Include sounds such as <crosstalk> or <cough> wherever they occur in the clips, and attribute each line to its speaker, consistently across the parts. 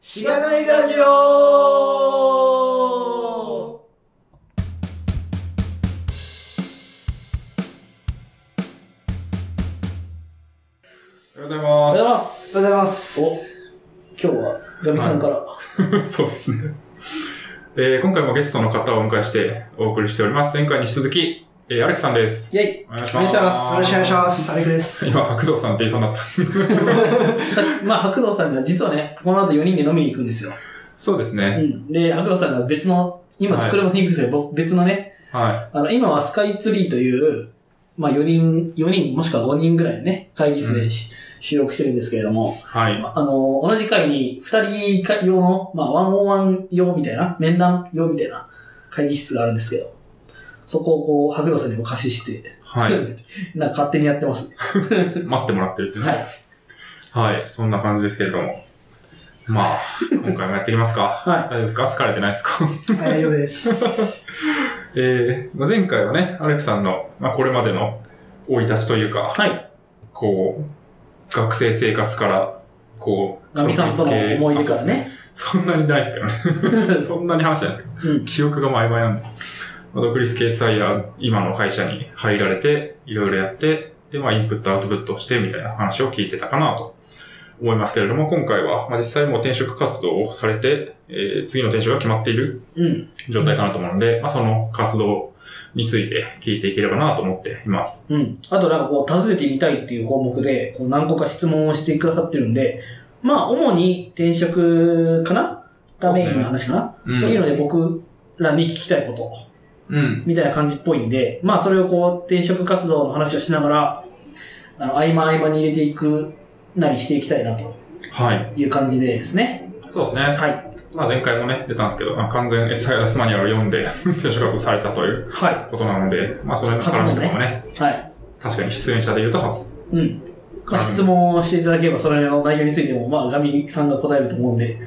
Speaker 1: しがないラジオ
Speaker 2: おはようございう
Speaker 1: おはよございま
Speaker 3: お
Speaker 1: す
Speaker 3: はようございます。
Speaker 1: お今日はガミさんから、
Speaker 2: ます。そうですね。えー、今回もゲストの方をお迎えしてお送りしております。前回に引き続き、えー、アレクさんです。
Speaker 1: イェイ
Speaker 2: お願いし
Speaker 1: お願いします
Speaker 3: よろしくお願いします。アレクです。
Speaker 2: 今、白道さんって言いそうになった。
Speaker 1: さまあ白道さんが実はねこの後4人で飲みに行くんですよ、
Speaker 2: そうです
Speaker 1: う
Speaker 2: ね。
Speaker 1: ん、で白道さんが別の今作る場に行くんですよ、僕別のね
Speaker 2: は
Speaker 1: あの今はスカイツリーというまあ4人4人もしくは5人ぐらいのね会議室
Speaker 2: う
Speaker 1: でし、収録してるんですけれども
Speaker 2: い。はい。
Speaker 1: あの、同じ回に2人用の、まあ、ワンオンワン用みたいな、面談用みたいな会議室があるんですけど、そこをこう、白道さんにも貸しして、
Speaker 2: はい。
Speaker 1: <laughs> なんか勝手にやってますね。
Speaker 2: 待ってもらってるって
Speaker 1: は
Speaker 2: ね。
Speaker 1: い。
Speaker 2: はい。そんな感じですけれども。まあ、今回もやっていきますか。
Speaker 1: は
Speaker 2: 大丈夫ですか疲れてないですか
Speaker 3: はい、大丈夫です。
Speaker 2: <laughs> えー、まあ前回はね、アレクさんの、まあ、これまでの生い立ちというか、
Speaker 1: い。はい。
Speaker 2: こう、学生生活から、こう、
Speaker 1: ガミさんとの思い出からね。
Speaker 2: そんなにないですけ
Speaker 1: <laughs>
Speaker 2: どね。そんなに話してないですけど。
Speaker 1: うん。
Speaker 2: 記憶が曖昧なんで。まあ独立掲載や今の会社に入られて、いろいろやって、で、まあ、インプットアウトプットしてみたいな話を聞いてたかなと思いますけれども、今回は、まあ、実際もう転職活動をされて、えー次の転職が決まっている
Speaker 1: うん。
Speaker 2: 状態かなと思うので、まあ、その活動について聞いていければなと思っています。
Speaker 1: うん。あとなんかこう、尋ねてみたいっていう項目で、こう何個か質問をしてくださってるんで、まあ、主に転職かながメインの話かな
Speaker 2: うん
Speaker 1: そういうので僕らに聞きたいこと。
Speaker 2: うん。
Speaker 1: みたいな感じっぽいんで、まあそれをこう、転職活動の話をしながら、あの、合間合間に入れていくなりしていきたいなと
Speaker 2: はい。
Speaker 1: いう感じでですね。
Speaker 2: そうですね。
Speaker 1: はい。
Speaker 2: まあ前回もね、出たんですけど、あの完全 SIRS マニュアルを読んで、 <laughs> 転職活動されたという
Speaker 1: は
Speaker 2: ことなので、まあそれの絡みとかもね、
Speaker 1: い。はい。
Speaker 2: 確かに出演者で言うと初。
Speaker 1: うん。まあ、質問をしていただければ、それの内容についても、まあ、ガミさんが答えると思うんで。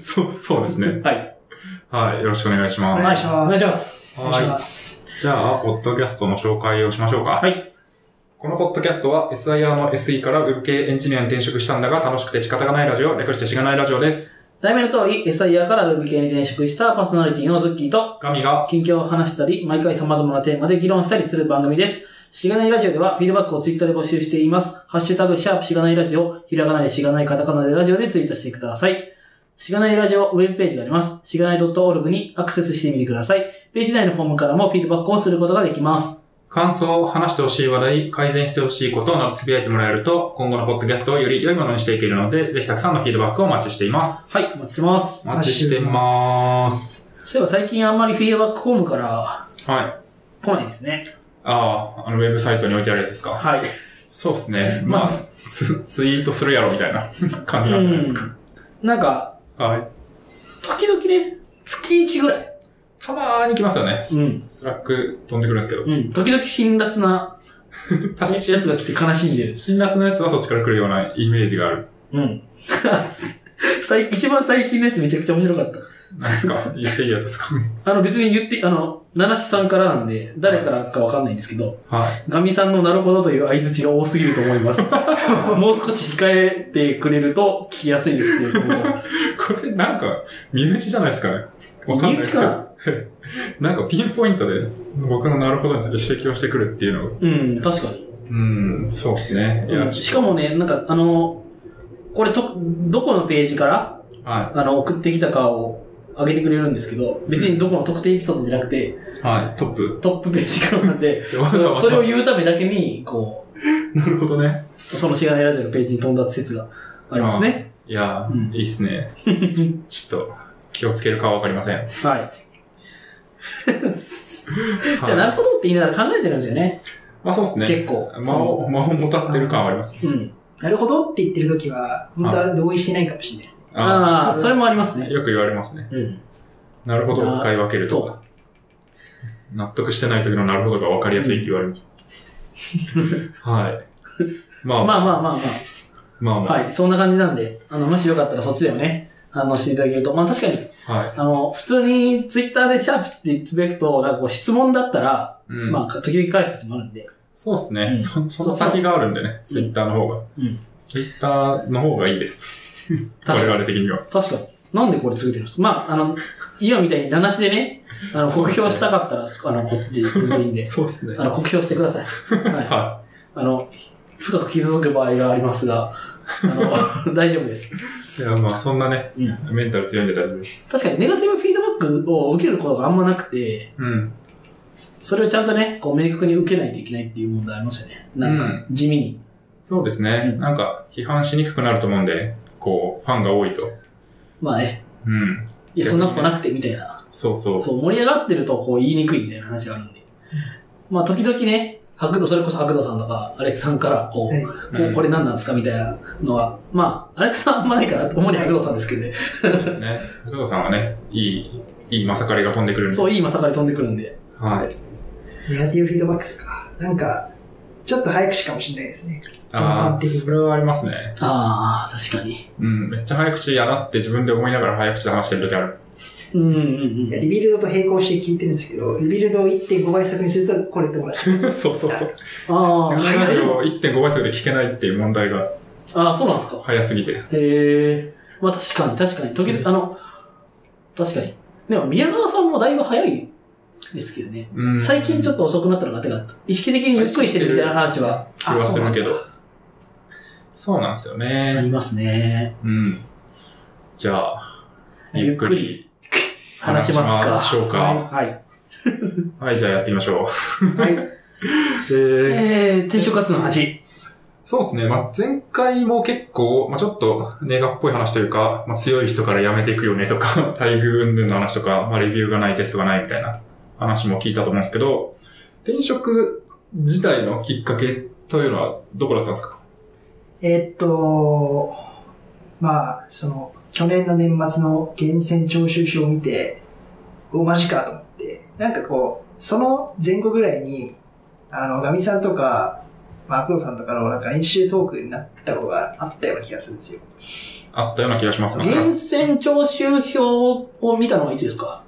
Speaker 2: そう、そうですね。
Speaker 1: はい。
Speaker 2: はい、よろしくお願いし
Speaker 3: お
Speaker 2: ま
Speaker 3: 願いします。。
Speaker 1: お願いします
Speaker 2: は
Speaker 3: お
Speaker 2: い
Speaker 3: 願いします。
Speaker 2: す。じゃあ、ポッドキャストの紹介をしましょうか。
Speaker 1: はい。
Speaker 2: このポッドキャストは SIR の SE から Web 系エンジニアに転職したんだが楽しくて仕方がないラジオ、略してしがないラジオです。
Speaker 1: 題名の通り、SIR から Web 系に転職したパーソナリティのズッキーと、
Speaker 2: ガミが、
Speaker 1: 近況を話したり、毎回様々なテーマで議論したりする番組です。しがないラジオではフィードバックをツイッターで募集しています。ハッシュタグ、シャープしがないラジオ、ひらがなでしがないカタカナでラジオでツイートしてください。しがないラジオウェブページがあります。しがない .org にアクセスしてみてください。ページ内のフォームからもフィードバックをすることができます。
Speaker 2: 感想を話してほしい話題、改善してほしいことなどつぶやいてもらえると、今後のポッドキャストをより良いものにしていけるので、ぜひたくさんのフィードバックをお待ちしています。
Speaker 1: はい、お待ちしてます。
Speaker 2: お待ちしてまーす。
Speaker 1: そういえば最近あんまりフィードバックフォームから
Speaker 2: はい。
Speaker 1: 来ないですね。
Speaker 2: ああ、あの、ウェブサイトに置いてあるやつですか。
Speaker 1: はい。
Speaker 2: そうですね。
Speaker 1: まあ
Speaker 2: まあ、ツツイートするやろみたいな <laughs> 感じなんじゃないですか。
Speaker 1: なんか、
Speaker 2: はい。
Speaker 1: 時々ね、月1ぐらい。
Speaker 2: たまーに来ますよね。
Speaker 1: うん。
Speaker 2: スラック飛んでくるんですけど。
Speaker 1: うん。時々辛辣
Speaker 2: <laughs>
Speaker 1: な
Speaker 2: 確かに、
Speaker 1: やつが来て悲しいです。
Speaker 2: 辛辣なやつはそっちから来るようなイメージがある。
Speaker 1: うん。 <laughs> 最一番最近のやつめちゃくちゃ面白かっ
Speaker 2: なん <laughs> ですか言っていいやつですか
Speaker 1: た。あの別に言って、あの、七七さんからなんで、誰からかわかんないんですけど、
Speaker 2: はい。
Speaker 1: ガミさんのなるほどという相槌が多すぎると思
Speaker 2: <laughs>
Speaker 1: います。もう少し控えてくれると聞きやすいですけれども。
Speaker 2: これなんか、身内じゃないですかね。わかんないですけ
Speaker 1: 身内
Speaker 2: ど。なんかピンポイントで僕のなるほどについて指摘をしてくるっていうのが。
Speaker 1: うん、確かに。
Speaker 2: うん、そうですね。い
Speaker 1: うん
Speaker 2: や、
Speaker 1: しかもね、なんかあの、これと、どこのページから、
Speaker 2: は
Speaker 1: あの、送ってきたかを上げてくれるんですけど、別にどこの特定エピソードじゃなくて、
Speaker 2: い。はい、トップ。
Speaker 1: トップページからな
Speaker 2: <laughs>
Speaker 1: んで、
Speaker 2: わざわざ
Speaker 1: それを言うためだけに、こう、
Speaker 2: なるほどね。
Speaker 1: そのしがないラジオのページに飛んだ説がありますね。
Speaker 2: いやー、
Speaker 1: うん
Speaker 2: いいっす
Speaker 1: <laughs>
Speaker 2: ね。ちょっと、気をつけるかはわかりません。
Speaker 1: はい。じゃあ、な
Speaker 2: は
Speaker 1: る
Speaker 2: い
Speaker 1: ほどって言いながら考えてるんですよね。
Speaker 2: まあそうですね。
Speaker 1: 結構。
Speaker 2: 間を、間を持たせてる感はあります。
Speaker 1: そのうん。
Speaker 3: なるほどって言ってる時は、本当は同意してないかもしれないですね。
Speaker 2: あ
Speaker 1: ああ、それもあります
Speaker 2: あ、
Speaker 1: ね。
Speaker 2: よく言われますね。
Speaker 1: うん。
Speaker 2: なるほどを使い分けると
Speaker 1: そ
Speaker 2: か。納得してない時のなるほどが分かりやすいって言
Speaker 1: <laughs>
Speaker 2: われます。はい。ま
Speaker 1: ま
Speaker 2: あ
Speaker 1: あ
Speaker 2: ま
Speaker 1: ま
Speaker 2: あ、
Speaker 1: あま
Speaker 2: ま
Speaker 1: あま
Speaker 2: あま
Speaker 1: あ。はい。そんな感じなんで、あの、もしよかったらそっちでもね、反応していただけると。まあ確かに、
Speaker 2: あ。はい。
Speaker 1: あの、普通にツイッターでシャープってつぶやくと、なんかこう質問だったら、
Speaker 2: うん。
Speaker 1: まあ、時々返す時もあるんで。
Speaker 2: そうです
Speaker 1: うん
Speaker 2: ね。そ、その先があるんでね、ツイッターの方が。
Speaker 1: うん。
Speaker 2: ツイッターの方がいいです。
Speaker 1: 確
Speaker 2: 我
Speaker 1: かに。
Speaker 2: 々的には。
Speaker 1: 確かに。なんでこれ続けてるんですかまあ、あの、今みたいに名無しでね、あの、
Speaker 2: そう
Speaker 1: 酷
Speaker 2: ですね
Speaker 1: 評したかったら、あの、こっちで全然いいんで、
Speaker 2: そうですね
Speaker 1: あの、酷評してください。はい。
Speaker 2: は
Speaker 1: あの、深く傷つく場合がありますが、あの、 <laughs> 大丈夫です。
Speaker 2: い。いや、まあ、そんなね、
Speaker 1: うん
Speaker 2: メンタル強いんで大丈夫です。
Speaker 1: 確かにネガティブフィードバックを受けることがあんまなくて、
Speaker 2: うん。
Speaker 1: それをちゃんとね、こう明確に受けないといけないっていう問題ありましたね。なん
Speaker 2: う
Speaker 1: か、地味に。
Speaker 2: そうですね。
Speaker 1: うん
Speaker 2: なんか、批判しにくくなると思うんで、こう、ファンが多いと。
Speaker 1: まあね、
Speaker 2: うん。
Speaker 1: いや、そんなことなくてみたいな。
Speaker 2: そうそう。
Speaker 1: そう、盛り上がってるとこう言いにくいみたいな話があるんで。まあ、時々ね、白道、それこそ白道さんとか、アレクさんから、こう、
Speaker 3: はい
Speaker 1: こ
Speaker 2: う
Speaker 1: うんこれ何なんですかみたいなのは、まあ、アレクさんはあんまないから、主に白道さんですけどね。
Speaker 2: そうですね。加藤さんはね、いい、いいまさかりが飛んでくるんで。
Speaker 1: そう、いいまさかで飛んでくるんで。
Speaker 2: はい。
Speaker 3: ネガティブフィードバックですか。なんか、ちょっと早口かもしれないですね。
Speaker 2: あ
Speaker 3: 全般
Speaker 2: あ、
Speaker 3: 的に
Speaker 2: それはありますね。
Speaker 1: ああ、確かに。
Speaker 2: うん。めっちゃ早口やなって自分で思いながら早口で話してる時ある。
Speaker 1: うんうん
Speaker 3: いや
Speaker 1: うん。
Speaker 3: リビルドと並行して聞いてるんですけど、リビルドを1.5倍速にすると、これってもらえる。
Speaker 2: <laughs> そうそうそう。
Speaker 1: あ
Speaker 2: 知
Speaker 1: あ、
Speaker 2: らないラ
Speaker 1: は
Speaker 2: ジ
Speaker 1: い
Speaker 2: オを1.5倍速で聞けないっていう問題が
Speaker 1: ああ、そうなんですか。
Speaker 2: 早すぎて。
Speaker 1: へえ。まあ確かに確かに。時々、あの、確かに。でも宮川さんもだいぶ早いですけどね。
Speaker 2: うん。
Speaker 1: 最近ちょっ
Speaker 2: と
Speaker 1: と遅くなったのが手があった。意識的にゆっくりしてるみたいな話は
Speaker 2: 気はするけど。そうなんですよ
Speaker 1: あり
Speaker 2: ね。
Speaker 1: ますね。
Speaker 2: うん。じゃあ、
Speaker 1: ゆっくり話し
Speaker 2: 話
Speaker 1: ます
Speaker 2: しましょ
Speaker 3: は
Speaker 2: うか。
Speaker 1: か。はい。
Speaker 2: はい、じゃあやってみましょう。
Speaker 3: はい。
Speaker 1: えー、転職活動の8。
Speaker 2: そうですね。まあ、前回も結構、まあ、ちょっと、ネガっぽい話というか、まあ、強い人から辞めていくよねとか、 <laughs> 待遇云々の話とか、まあ、レビューがない、テストがないみたいな話も聞いたと思うんですけど、転職自体のきっかけというのはどこだったんですか
Speaker 3: えーっと、まあ、その、去年の年末の源泉徴収書を見て、お、マジかと思って、なんかこう、その前後ぐらいに、あの、ガミさんとか、まあ、アクロさんとかのなんか練習トークになったことがあったような気がするんですよ。
Speaker 2: あったような気がしますが、
Speaker 1: 源泉徴収票を見たのはいつですか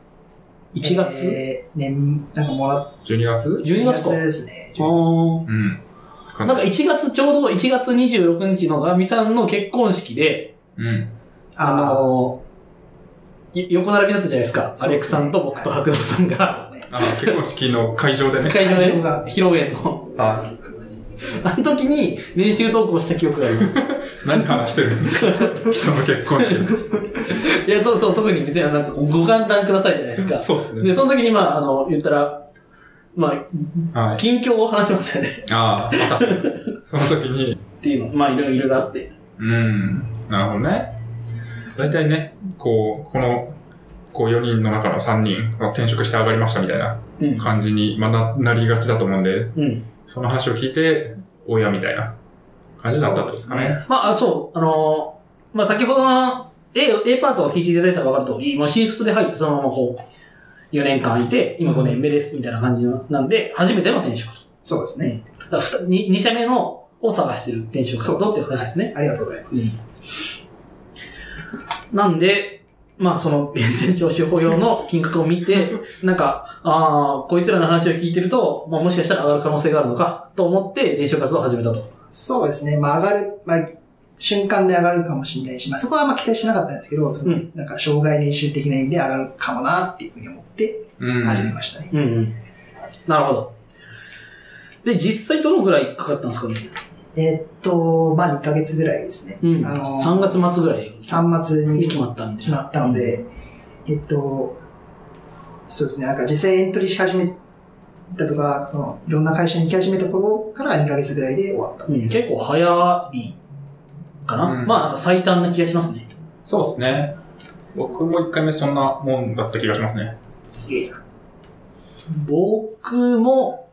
Speaker 1: ?1 月
Speaker 3: えー年、なんかもらっ
Speaker 2: 12月
Speaker 1: ?12
Speaker 3: た
Speaker 1: 月
Speaker 3: やつ
Speaker 1: か。
Speaker 3: ですね。
Speaker 1: あー
Speaker 2: うん。か
Speaker 1: なんか1月、ちょうど1月26日のガミさんの結婚式で、
Speaker 2: うん。
Speaker 1: あ
Speaker 3: ー
Speaker 1: のー、い横並びだったじゃないですか。ア
Speaker 3: そう
Speaker 1: レ
Speaker 3: で
Speaker 1: ク
Speaker 3: すね
Speaker 1: さんと僕と白道さんが、
Speaker 3: そうですね。
Speaker 2: あ結婚式の会場でね。
Speaker 1: 会場
Speaker 3: 会場
Speaker 1: で
Speaker 3: が
Speaker 1: 披露宴の、
Speaker 2: あ、
Speaker 1: あの時に練習投稿した記憶があります。
Speaker 2: 何話してるんですか人の結婚式で。
Speaker 1: いや、そうそう、特に別になんかこうご勘談くださいじゃないですか。
Speaker 2: そうです
Speaker 1: で、
Speaker 2: ね。
Speaker 1: その時にまあ、あの、言ったら、まあ、
Speaker 2: はい。
Speaker 1: 近況を話しますよね。
Speaker 2: ああ、私。その時に、
Speaker 1: っていうの、まあ、いろいろいろあって。
Speaker 2: うん、なるほどね。大体ね、こう、この、こう4人の中の3人、転職して上がりましたみたいな
Speaker 1: うん。
Speaker 2: 感じに、まあな、なりがちだと思うんで、
Speaker 1: うん。
Speaker 2: その話を聞いて、親みたいな感じだったんですかね。
Speaker 1: まあ、あそう、あのーまあ、先ほどの A, A パートを聞いていただいたら分かる通り、もう新卒で入ってそのままこう、4年間いて、今5年目です、みたいな感じのなんで、初めての転職と。
Speaker 3: そうですね。
Speaker 1: だからふたに2社目のを探してる転職活動っていう話ですね。
Speaker 3: ありがとうございます。
Speaker 1: なんで、まあその、 <laughs> 源泉徴収法用の金額を見 <laughs> て、なんか、ああ、こいつらの話を聞いてると、まあもしかしたら上がる可能性があるのか、と思って転職活動を始めたと。
Speaker 3: そうですね。まあ、上がる、まあ、瞬間で上がるかもしれないし、まあ、そこはあんま期待しなかったんですけど、その
Speaker 1: うん
Speaker 3: なんか、障害練習的な意味で上がるかもなっていうふうに思って
Speaker 2: うん。
Speaker 3: 始めましたね。
Speaker 1: うんうん。なるほど。で、実際どのぐらいかかったんですかね
Speaker 3: えーっと、まあ、2ヶ月ぐらいですね。
Speaker 1: うん。
Speaker 3: あの
Speaker 1: 3月末ぐらい
Speaker 3: 3末
Speaker 1: に
Speaker 3: に
Speaker 1: 決まったみたい
Speaker 3: 決
Speaker 1: な。
Speaker 3: まったので、えっと、そうですね、なんか実際エントリーし始めたとか、その、いろんな会社に行き始めた頃から2ヶ月ぐらいで終わった。
Speaker 1: うん、結構早いかな、
Speaker 2: うん
Speaker 1: まあなんか最短な気がしますね。
Speaker 2: そうですね。僕も1回目そんなもんだった気がしますね。
Speaker 3: すげえな。
Speaker 1: 僕も、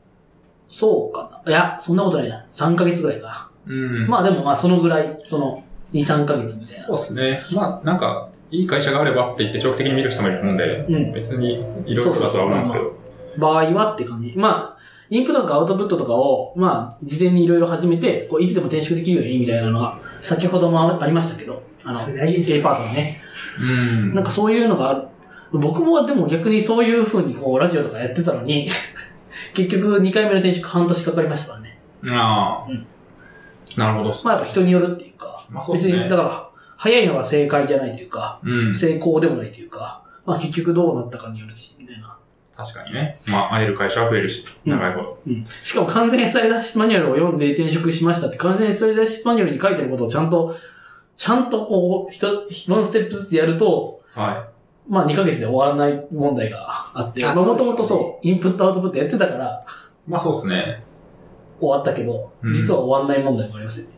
Speaker 1: そうかな。いや、そんなことないな。3ヶ月ぐらいかな。
Speaker 2: うん。
Speaker 1: まあでもまあそのぐらい、その、2、3ヶ月みたい
Speaker 2: そうですね。まあ、なんか、いい会社があればって言って長期的に見る人もいると思うんで、
Speaker 1: な。うん。
Speaker 2: 別にいろいろだとは思うんですけど。
Speaker 1: 場合はって感じ。まあ、インプットとかアウトプットとかを、まあ、事前にいろいろ始めて、こういつでも転職できるようにみたいなのが、先ほどもありましたけど、あの
Speaker 3: そ、れ大事です
Speaker 1: A
Speaker 3: ね。
Speaker 1: パートのね、
Speaker 2: うん。
Speaker 1: なんかそういうのがある。僕もでも逆にそういう風にこうラジオとかやってたのに、 <laughs> 結局2回目の転職半年かかりましたからね。
Speaker 2: ああ、
Speaker 1: うん
Speaker 2: なるほどっす。
Speaker 1: まあなんか人によるっていうか、
Speaker 2: まあそうで
Speaker 1: 別
Speaker 2: す
Speaker 1: に
Speaker 2: ね
Speaker 1: だ。から早いのが正解じゃないというか、
Speaker 2: うん。
Speaker 1: 成功でもないというか、まあ結局どうなったかによるし、みたいな。
Speaker 2: 確かにね。まあ、会える会社は増えるし、
Speaker 1: うん
Speaker 2: 長いほど。
Speaker 1: しかも完全再脱出マニュアルを読んで転職しましたって、完全再脱出マニュアルに書いてあることをちゃんと、ちゃんとこう、ひと、ワンステップずつやると、
Speaker 2: は
Speaker 1: まあ2ヶ月で終わらない問題があって、
Speaker 3: あ
Speaker 1: まあ
Speaker 3: そう
Speaker 1: も
Speaker 3: で
Speaker 1: と
Speaker 3: すね
Speaker 1: もとそう、インプットアウトプットやってたから
Speaker 2: い。まあ、そうですね。
Speaker 1: 終わったけど
Speaker 2: う、ん
Speaker 1: 実は終わらない問題もありますよね。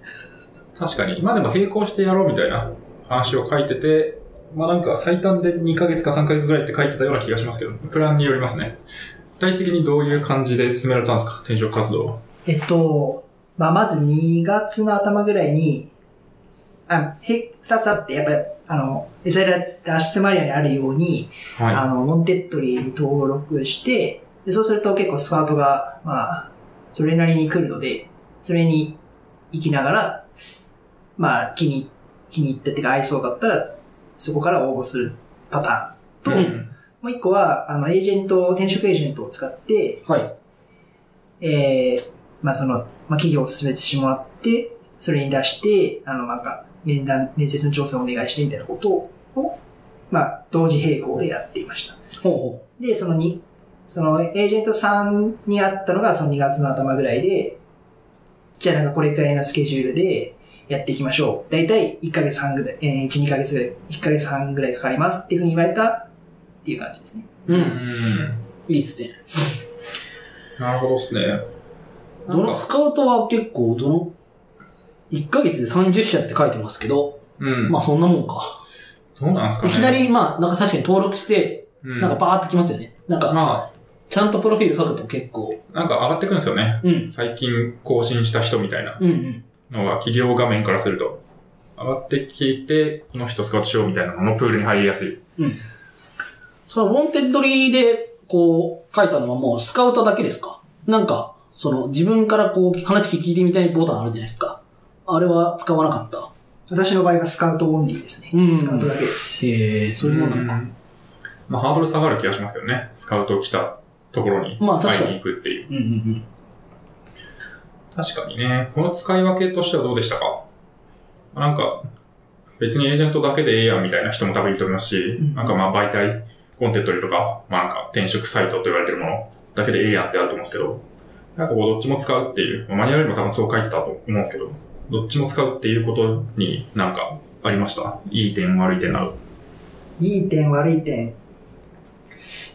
Speaker 2: 確かに。まあでも並行してやろうみたいな話を書いてて、まあなんか最短で2ヶ月か3ヶ月ぐらいって書いてたような気がしますけど、プランによりますね。具体的にどういう感じで進められたんですか転職活動は。
Speaker 3: えっと、まあ、まず2月の頭ぐらいに、あ、へ、二つあって、やっぱり、あの、エザイラ脱出マリアにあるように、
Speaker 2: は
Speaker 3: あの、モンテッドリーに登録して、でそうすると結構スパートが、まあ、それなりに来るので、それに行きながら、まあ、気に、気に入ってってか、合いそうだったら、そこから応募するパターン。
Speaker 2: い。
Speaker 1: と
Speaker 2: うん
Speaker 3: もう一個は、あの、エージェント、転職エージェントを使って、
Speaker 1: はい。
Speaker 3: えー、まあその、まあ企業を進めてもらって、それに出して、あの、なんか、面談、面接の調整をお願いしてみたいなことを、まあ、同時並行でやっていました。
Speaker 1: ほうほ
Speaker 3: で、その2、そのエージェントさんにあったのがその2月の頭ぐらいで、じゃあなんかこれくらいのスケジュールでやっていきましょう。だいたい1ヶ月半ぐらい、えー、1、2ヶ月ぐらい、1ヶ月半ぐらいかかりますっていうふうに言われたっていう感じですね。
Speaker 1: う。う。
Speaker 2: うんん。
Speaker 1: いいですね。
Speaker 2: なるほどですね。
Speaker 1: どのスカウトは結構、どの、1ヶ月で30社って書いてますけど、
Speaker 2: うん。
Speaker 1: まあそんなもんか。
Speaker 2: どうなんですか
Speaker 1: い
Speaker 2: ね。
Speaker 1: きなり、まあ、なんか確かに登録して、
Speaker 2: うん、
Speaker 1: なんかバーってきますよね。なんか、
Speaker 2: ま
Speaker 1: ちゃんとプロフィール書くと結構、
Speaker 2: あ、なんか上がってくるんですよね。
Speaker 1: うん。
Speaker 2: 最近更新した人みたいな
Speaker 1: うんうん。
Speaker 2: のが企業画面からすると。上がってきて、この人スカウトしようみたいなののプールに入りやすい。
Speaker 1: その、ウォンテッドリーで、こう、書いたのはもう、スカウトだけですかなんか、その、自分からこう、話聞いてみたいボタンあるじゃないですか。あれは使わなかった。
Speaker 3: 私の場合はスカウトオンリーですね。
Speaker 1: うん
Speaker 3: スカウトだけです。
Speaker 1: えー、そういうもんなのか。
Speaker 2: んまあ、ハードル下がる気がしますけどね。スカウトを来たところに
Speaker 1: まあ確か
Speaker 2: 会
Speaker 1: に
Speaker 2: いに行くっていう。
Speaker 1: うんうんうん。
Speaker 2: 確かにね。この使い分けとしてはどうでしたかなんか、別にエージェントだけでええやんみたいな人も多分いると思いますし、
Speaker 3: ん
Speaker 2: なんかまあ媒体、コンテントリとか、まあなんか転職サイトと言われてるものだけでええやんってあると思うんですけど、なんかこうどっちも使うっていう、まあマニュアルにも多分そう書いてたと思うんですけど、どっちも使うっていうことになんかありましたいい点悪い点など。
Speaker 3: いい点、悪い点。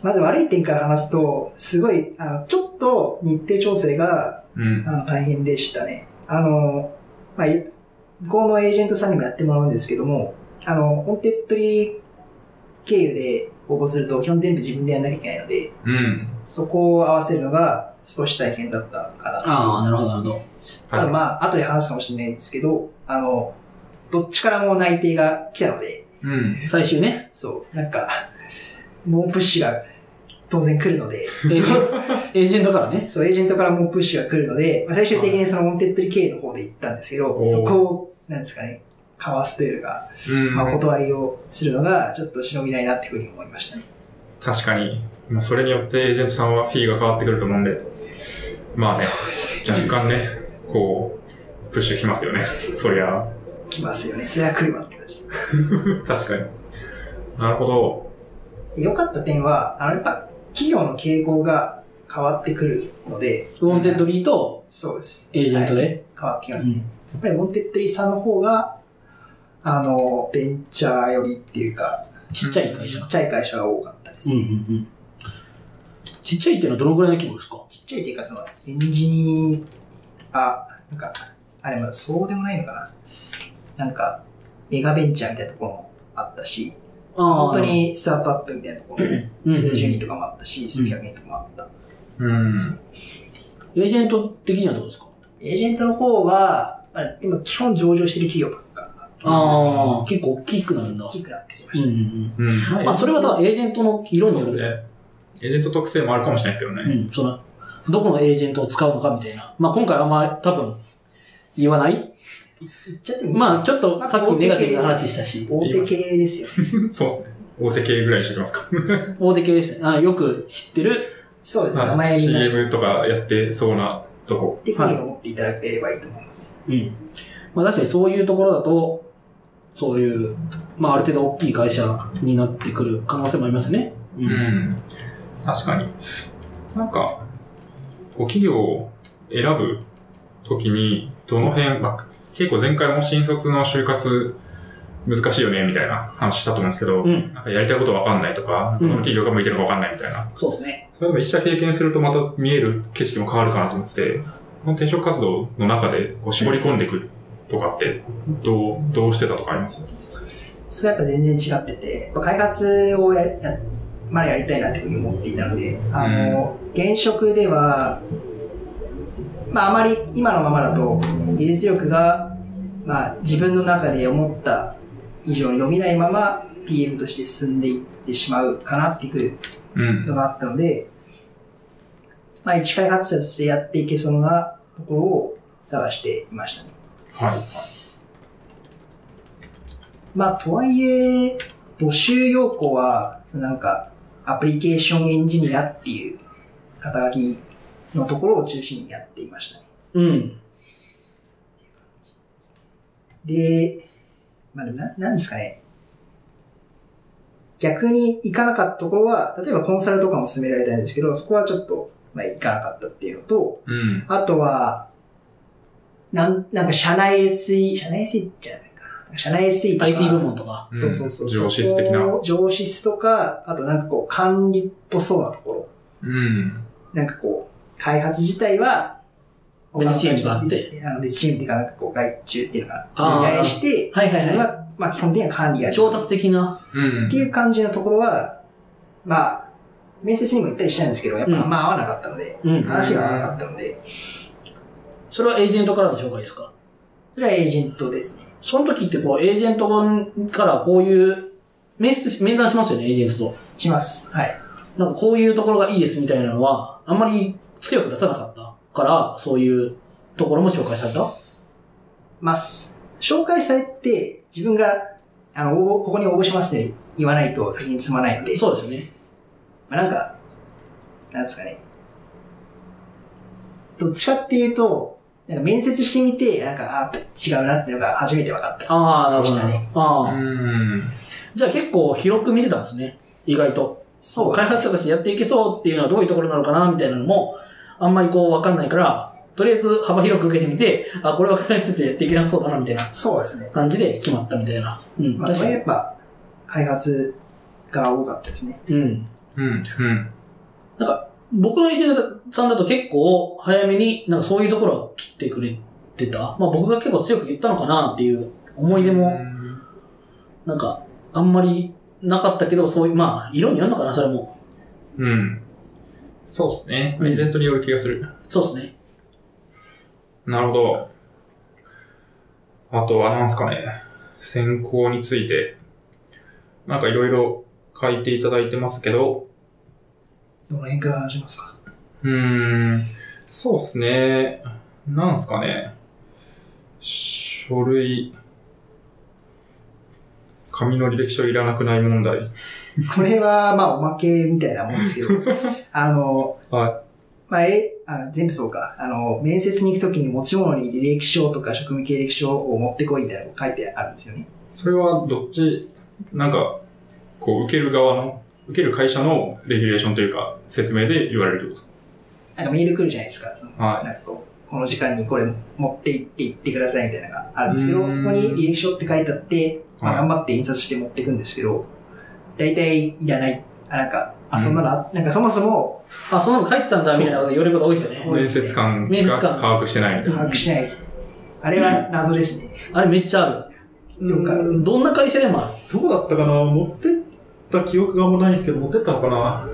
Speaker 3: まず悪い点から話すと、すごい、あのちょっと日程調整が
Speaker 2: うん。
Speaker 3: あの大変でしたね。あの、まあ、い向こうのエージェントさんにもやってもらうんですけども、あの、オンテッドリー経由で応募すると基本全部自分でやんなきゃいけないので、
Speaker 2: うん。
Speaker 3: そこを合わせるのが少し大変だったかなと
Speaker 1: ああ、なるほど、な
Speaker 3: 思い
Speaker 1: る
Speaker 3: ます
Speaker 1: ほど。
Speaker 3: ただまあ、後で話すかもしれないんですけど、あの、どっちからも内定が来たので、
Speaker 2: うん。
Speaker 1: 最終 <laughs> ね、
Speaker 3: そう、なんか、猛プッシュが当然来るので、
Speaker 1: エージェントエージェントからね。
Speaker 3: そう、エージェントから猛プッシュが来るので、まあ、最終的にそのモンテッドリ経営の方で行ったんですけ
Speaker 2: お
Speaker 3: ど、
Speaker 2: ー
Speaker 3: そこを、なんですかね、かわすというか、
Speaker 2: うん。
Speaker 3: まあ、お断りをするのが、ちょっと忍びないなっていうふうに思いましたね。
Speaker 2: 確かに、まあ、それによってエージェントさんはフィーが変わってくると思うんで、まあね、
Speaker 3: そうですね。
Speaker 2: 若干ね、こう、プッシュきますよね。 <laughs> そりゃ、
Speaker 3: 来ますよね。それは来るわって感じ。
Speaker 2: 確かに。なるほど。
Speaker 3: で良かった点は、あの、やっぱ、企業の傾向が変わってくるので、
Speaker 1: ウォンテッドリーと
Speaker 3: そうです。
Speaker 1: エージェント
Speaker 3: はい
Speaker 1: で。
Speaker 3: 変わってきます。
Speaker 1: うん
Speaker 3: やっぱりモンテッドリーさんの方が、あの、ベンチャーよりっていうか、
Speaker 1: ちっちゃい会社
Speaker 3: ち。っちゃい会社が多かったです。
Speaker 1: うんうんうん。ちっちゃいっていうのはどのぐらいの規模ですか
Speaker 3: ちっちゃいっていうか、その、エンジニア、なんか、あれまだそうでもないのかな。なんか、メガベンチャーみたいなところもあったし、
Speaker 1: あ
Speaker 3: 本当にスタートアップみたいなところも、
Speaker 1: うん
Speaker 3: 数十人とかもあったし、数百人とかもあった。
Speaker 2: うん。
Speaker 1: エージェント的にはどうですか
Speaker 3: エージェントの方は、まあ、でも基本上場してる企業ばっか
Speaker 1: ああ、結構大きくなるんだ
Speaker 3: 大。きくなってきま
Speaker 1: うん
Speaker 3: し
Speaker 1: う
Speaker 3: た。
Speaker 1: ん
Speaker 2: うん。
Speaker 1: うん。まあ、それはただエージェントの色によ
Speaker 2: そうです
Speaker 1: る。
Speaker 2: ね。エージェント特性もあるかもしれないですけど
Speaker 1: う
Speaker 2: ね。 <laughs>
Speaker 1: ん、その、どこのエージェントを使うのかみたいな。まあ、今回はあんまり多分、言わない
Speaker 3: 言っちゃってもいい
Speaker 1: まあ、ちょっとさっきネガティブな話したし、
Speaker 3: 大手系ですよね。
Speaker 2: そうですね。大手系ぐらいにしときますか。
Speaker 1: 大手系ですね。あのよく知ってる、
Speaker 3: そうですね。名
Speaker 2: まあ
Speaker 3: 前に出して
Speaker 2: CM とかやってそうなとこ。
Speaker 3: っていうふうに思っていただければいいと思います。
Speaker 1: うん。まあ、確かにそういうところだと、そういう、まあ、ある程度大きい会社になってくる可能性もありますよね。う
Speaker 2: う。ん。確かに。なんか、こう企業を選ぶときに、どの辺、まあ、結構前回も新卒の就活難しいよね、みたいな話したと思うんですけど、
Speaker 1: うん
Speaker 2: なんかやりたいことわかんないとか、
Speaker 1: う
Speaker 2: ど
Speaker 1: ん
Speaker 2: の企業が向いてるかわかんないみたいな。
Speaker 1: そうですね。
Speaker 2: それでも一社経験するとまた見える景色も変わるかなと思ってて、この転職活動の中でこう絞り込んでいくとかって、どう、どうしてたとかあります
Speaker 3: それはやっぱ全然違ってて、やっぱ開発をややまだやりたいなっていうふうに思っていたので、あの、現職では、まああまり今のままだと技術力が、まあ自分の中で思った以上に伸びないまま PM として進んでいってしまうかなっていう
Speaker 2: うん
Speaker 3: の。があったので、まあ一開発者としてやっていけそうなところを探していましたね。
Speaker 2: はい。
Speaker 3: まあ、とはいえ、募集要項は、そのなんか、アプリケーションエンジニアっていう肩書きのところを中心にやっていましたね。
Speaker 1: うん。
Speaker 3: で、まあ、ななんですかね。逆に行かなかったところは、例えばコンサルとかも勧められたんですけど、そこはちょっと、まあ、行かなかったっていうのと、
Speaker 2: うん。
Speaker 3: あとは、なん、なんか社内 SE、社内 SE じゃないかな。社内 SE とか。
Speaker 1: IT 部門とか。
Speaker 3: そうそうそう。
Speaker 2: 上司的
Speaker 3: そ
Speaker 2: な。
Speaker 3: こを上質とか、あとなんかこう管理っぽそうなとこ
Speaker 2: うん。
Speaker 3: ろ。なんかこう、開発自体は、
Speaker 1: 別チームがあって
Speaker 3: 別あの別チームっていうか、なんかこう、外注っていうのか
Speaker 1: あ
Speaker 3: な。
Speaker 1: ー
Speaker 3: 依頼して、
Speaker 1: はいは
Speaker 3: 自
Speaker 1: い
Speaker 3: 分
Speaker 1: は
Speaker 3: は、まあ基本的には管理や
Speaker 1: い。
Speaker 3: る。
Speaker 1: 調達的な。
Speaker 2: うん。
Speaker 3: っていう感じのところは、まあ、面接にも行ったりしたんですけど、やっぱあんま合わなかったので、
Speaker 1: うん。
Speaker 3: 話が合わなかったので、
Speaker 1: それはエージェントからの紹介ですか
Speaker 3: それはエージェントですね。
Speaker 1: その時ってこう、エージェントからこういう、面接し、面談しますよね、エージェントと。
Speaker 3: します。はい。
Speaker 1: なんかこういうところがいいですみたいなのは、あんまり強く出さなかったから、そういうところも紹介された
Speaker 3: まあ、す紹介されて、自分が、あの、応募、ここに応募しますね、言わないと先に進まないので、
Speaker 1: そうですよね。
Speaker 3: まあ、なんか、なんですかね。どっちかっていうと、なんか面接してみて、なんか、あ、違うなっていうのが初めて分かった。
Speaker 1: ああ、なるほど
Speaker 3: でしたね。
Speaker 1: ああ。
Speaker 2: うん。
Speaker 1: じゃあ結構広く見てたんですね。意外と。
Speaker 3: そうで
Speaker 1: 開
Speaker 3: すね。
Speaker 1: 発者としてやっていけそうっていうのはどういうところなのかなみたいなのも、あんまりこうわかんないから、とりあえず幅広く受けてみて、あ、これは開発者とやっていけなそうだなみたいな
Speaker 3: そうですね。
Speaker 1: 感じで決まったみたいな。うん。
Speaker 3: まあ、
Speaker 1: 確
Speaker 3: こ
Speaker 1: か
Speaker 3: れや
Speaker 1: に。
Speaker 3: っぱ、開発が多かったですね。
Speaker 1: うん。
Speaker 2: うん。うん。
Speaker 1: 僕のエージェントさんだと結構早めになんかそういうところは切ってくれてた。まあ僕が結構強く言ったのかなっていう思い出も、なんかあんまりなかったけど、そういう、まあ色によるのかな、それも。
Speaker 2: うん。そうですね。エージェントによる気がする。
Speaker 1: そうですね。
Speaker 2: なるほど。あとは何すかね。選考について、なんかいろいろ書いていただいてますけど、
Speaker 3: どの辺から話しますか
Speaker 2: うーん。そうですね。何すかね。書類、紙の履歴書いらなくない問題。
Speaker 3: これは、まあ、おまけみたいなもんですけ
Speaker 1: <laughs>
Speaker 3: ど、あの、
Speaker 2: は
Speaker 3: まあ、え、あ全部そうか。あの、面接に行くときに持ち物に履歴書とか職務経歴書を持ってこいみたいなのが書いてあるんですよね。
Speaker 2: それはどっち、なんか、こう、受ける側の、受ける会社のレギュレーションというか、説明で言われるってことです
Speaker 3: なんかメール来るじゃないですか。その
Speaker 2: かは
Speaker 3: なんかこう、この時間にこれ持って行って行ってくださいみたいなのがあるんですけ
Speaker 2: うー
Speaker 3: ど、
Speaker 2: ん
Speaker 3: そこに履歴書って書いてあって、まあ、
Speaker 2: は
Speaker 3: 頑
Speaker 2: い
Speaker 3: 張って印刷して持っていくんですけど、大体いらない。あ、なんか、あ、そんなのあ、なんかそもそも
Speaker 1: あ、そんなの書いてたんだみたいなこと言われること多いですよ
Speaker 2: い。
Speaker 1: ね。
Speaker 3: そうで
Speaker 2: 面
Speaker 3: すね
Speaker 2: 接官
Speaker 1: 面接
Speaker 2: が
Speaker 1: 官
Speaker 2: 把握してないみたいな。
Speaker 3: 把握しないです。あれは謎ですね。
Speaker 1: あれめっちゃある。
Speaker 4: よくある
Speaker 1: うんどんな会社でもある。
Speaker 4: どうだったかな持ってった記憶があんまないんですけど、持ってったのかな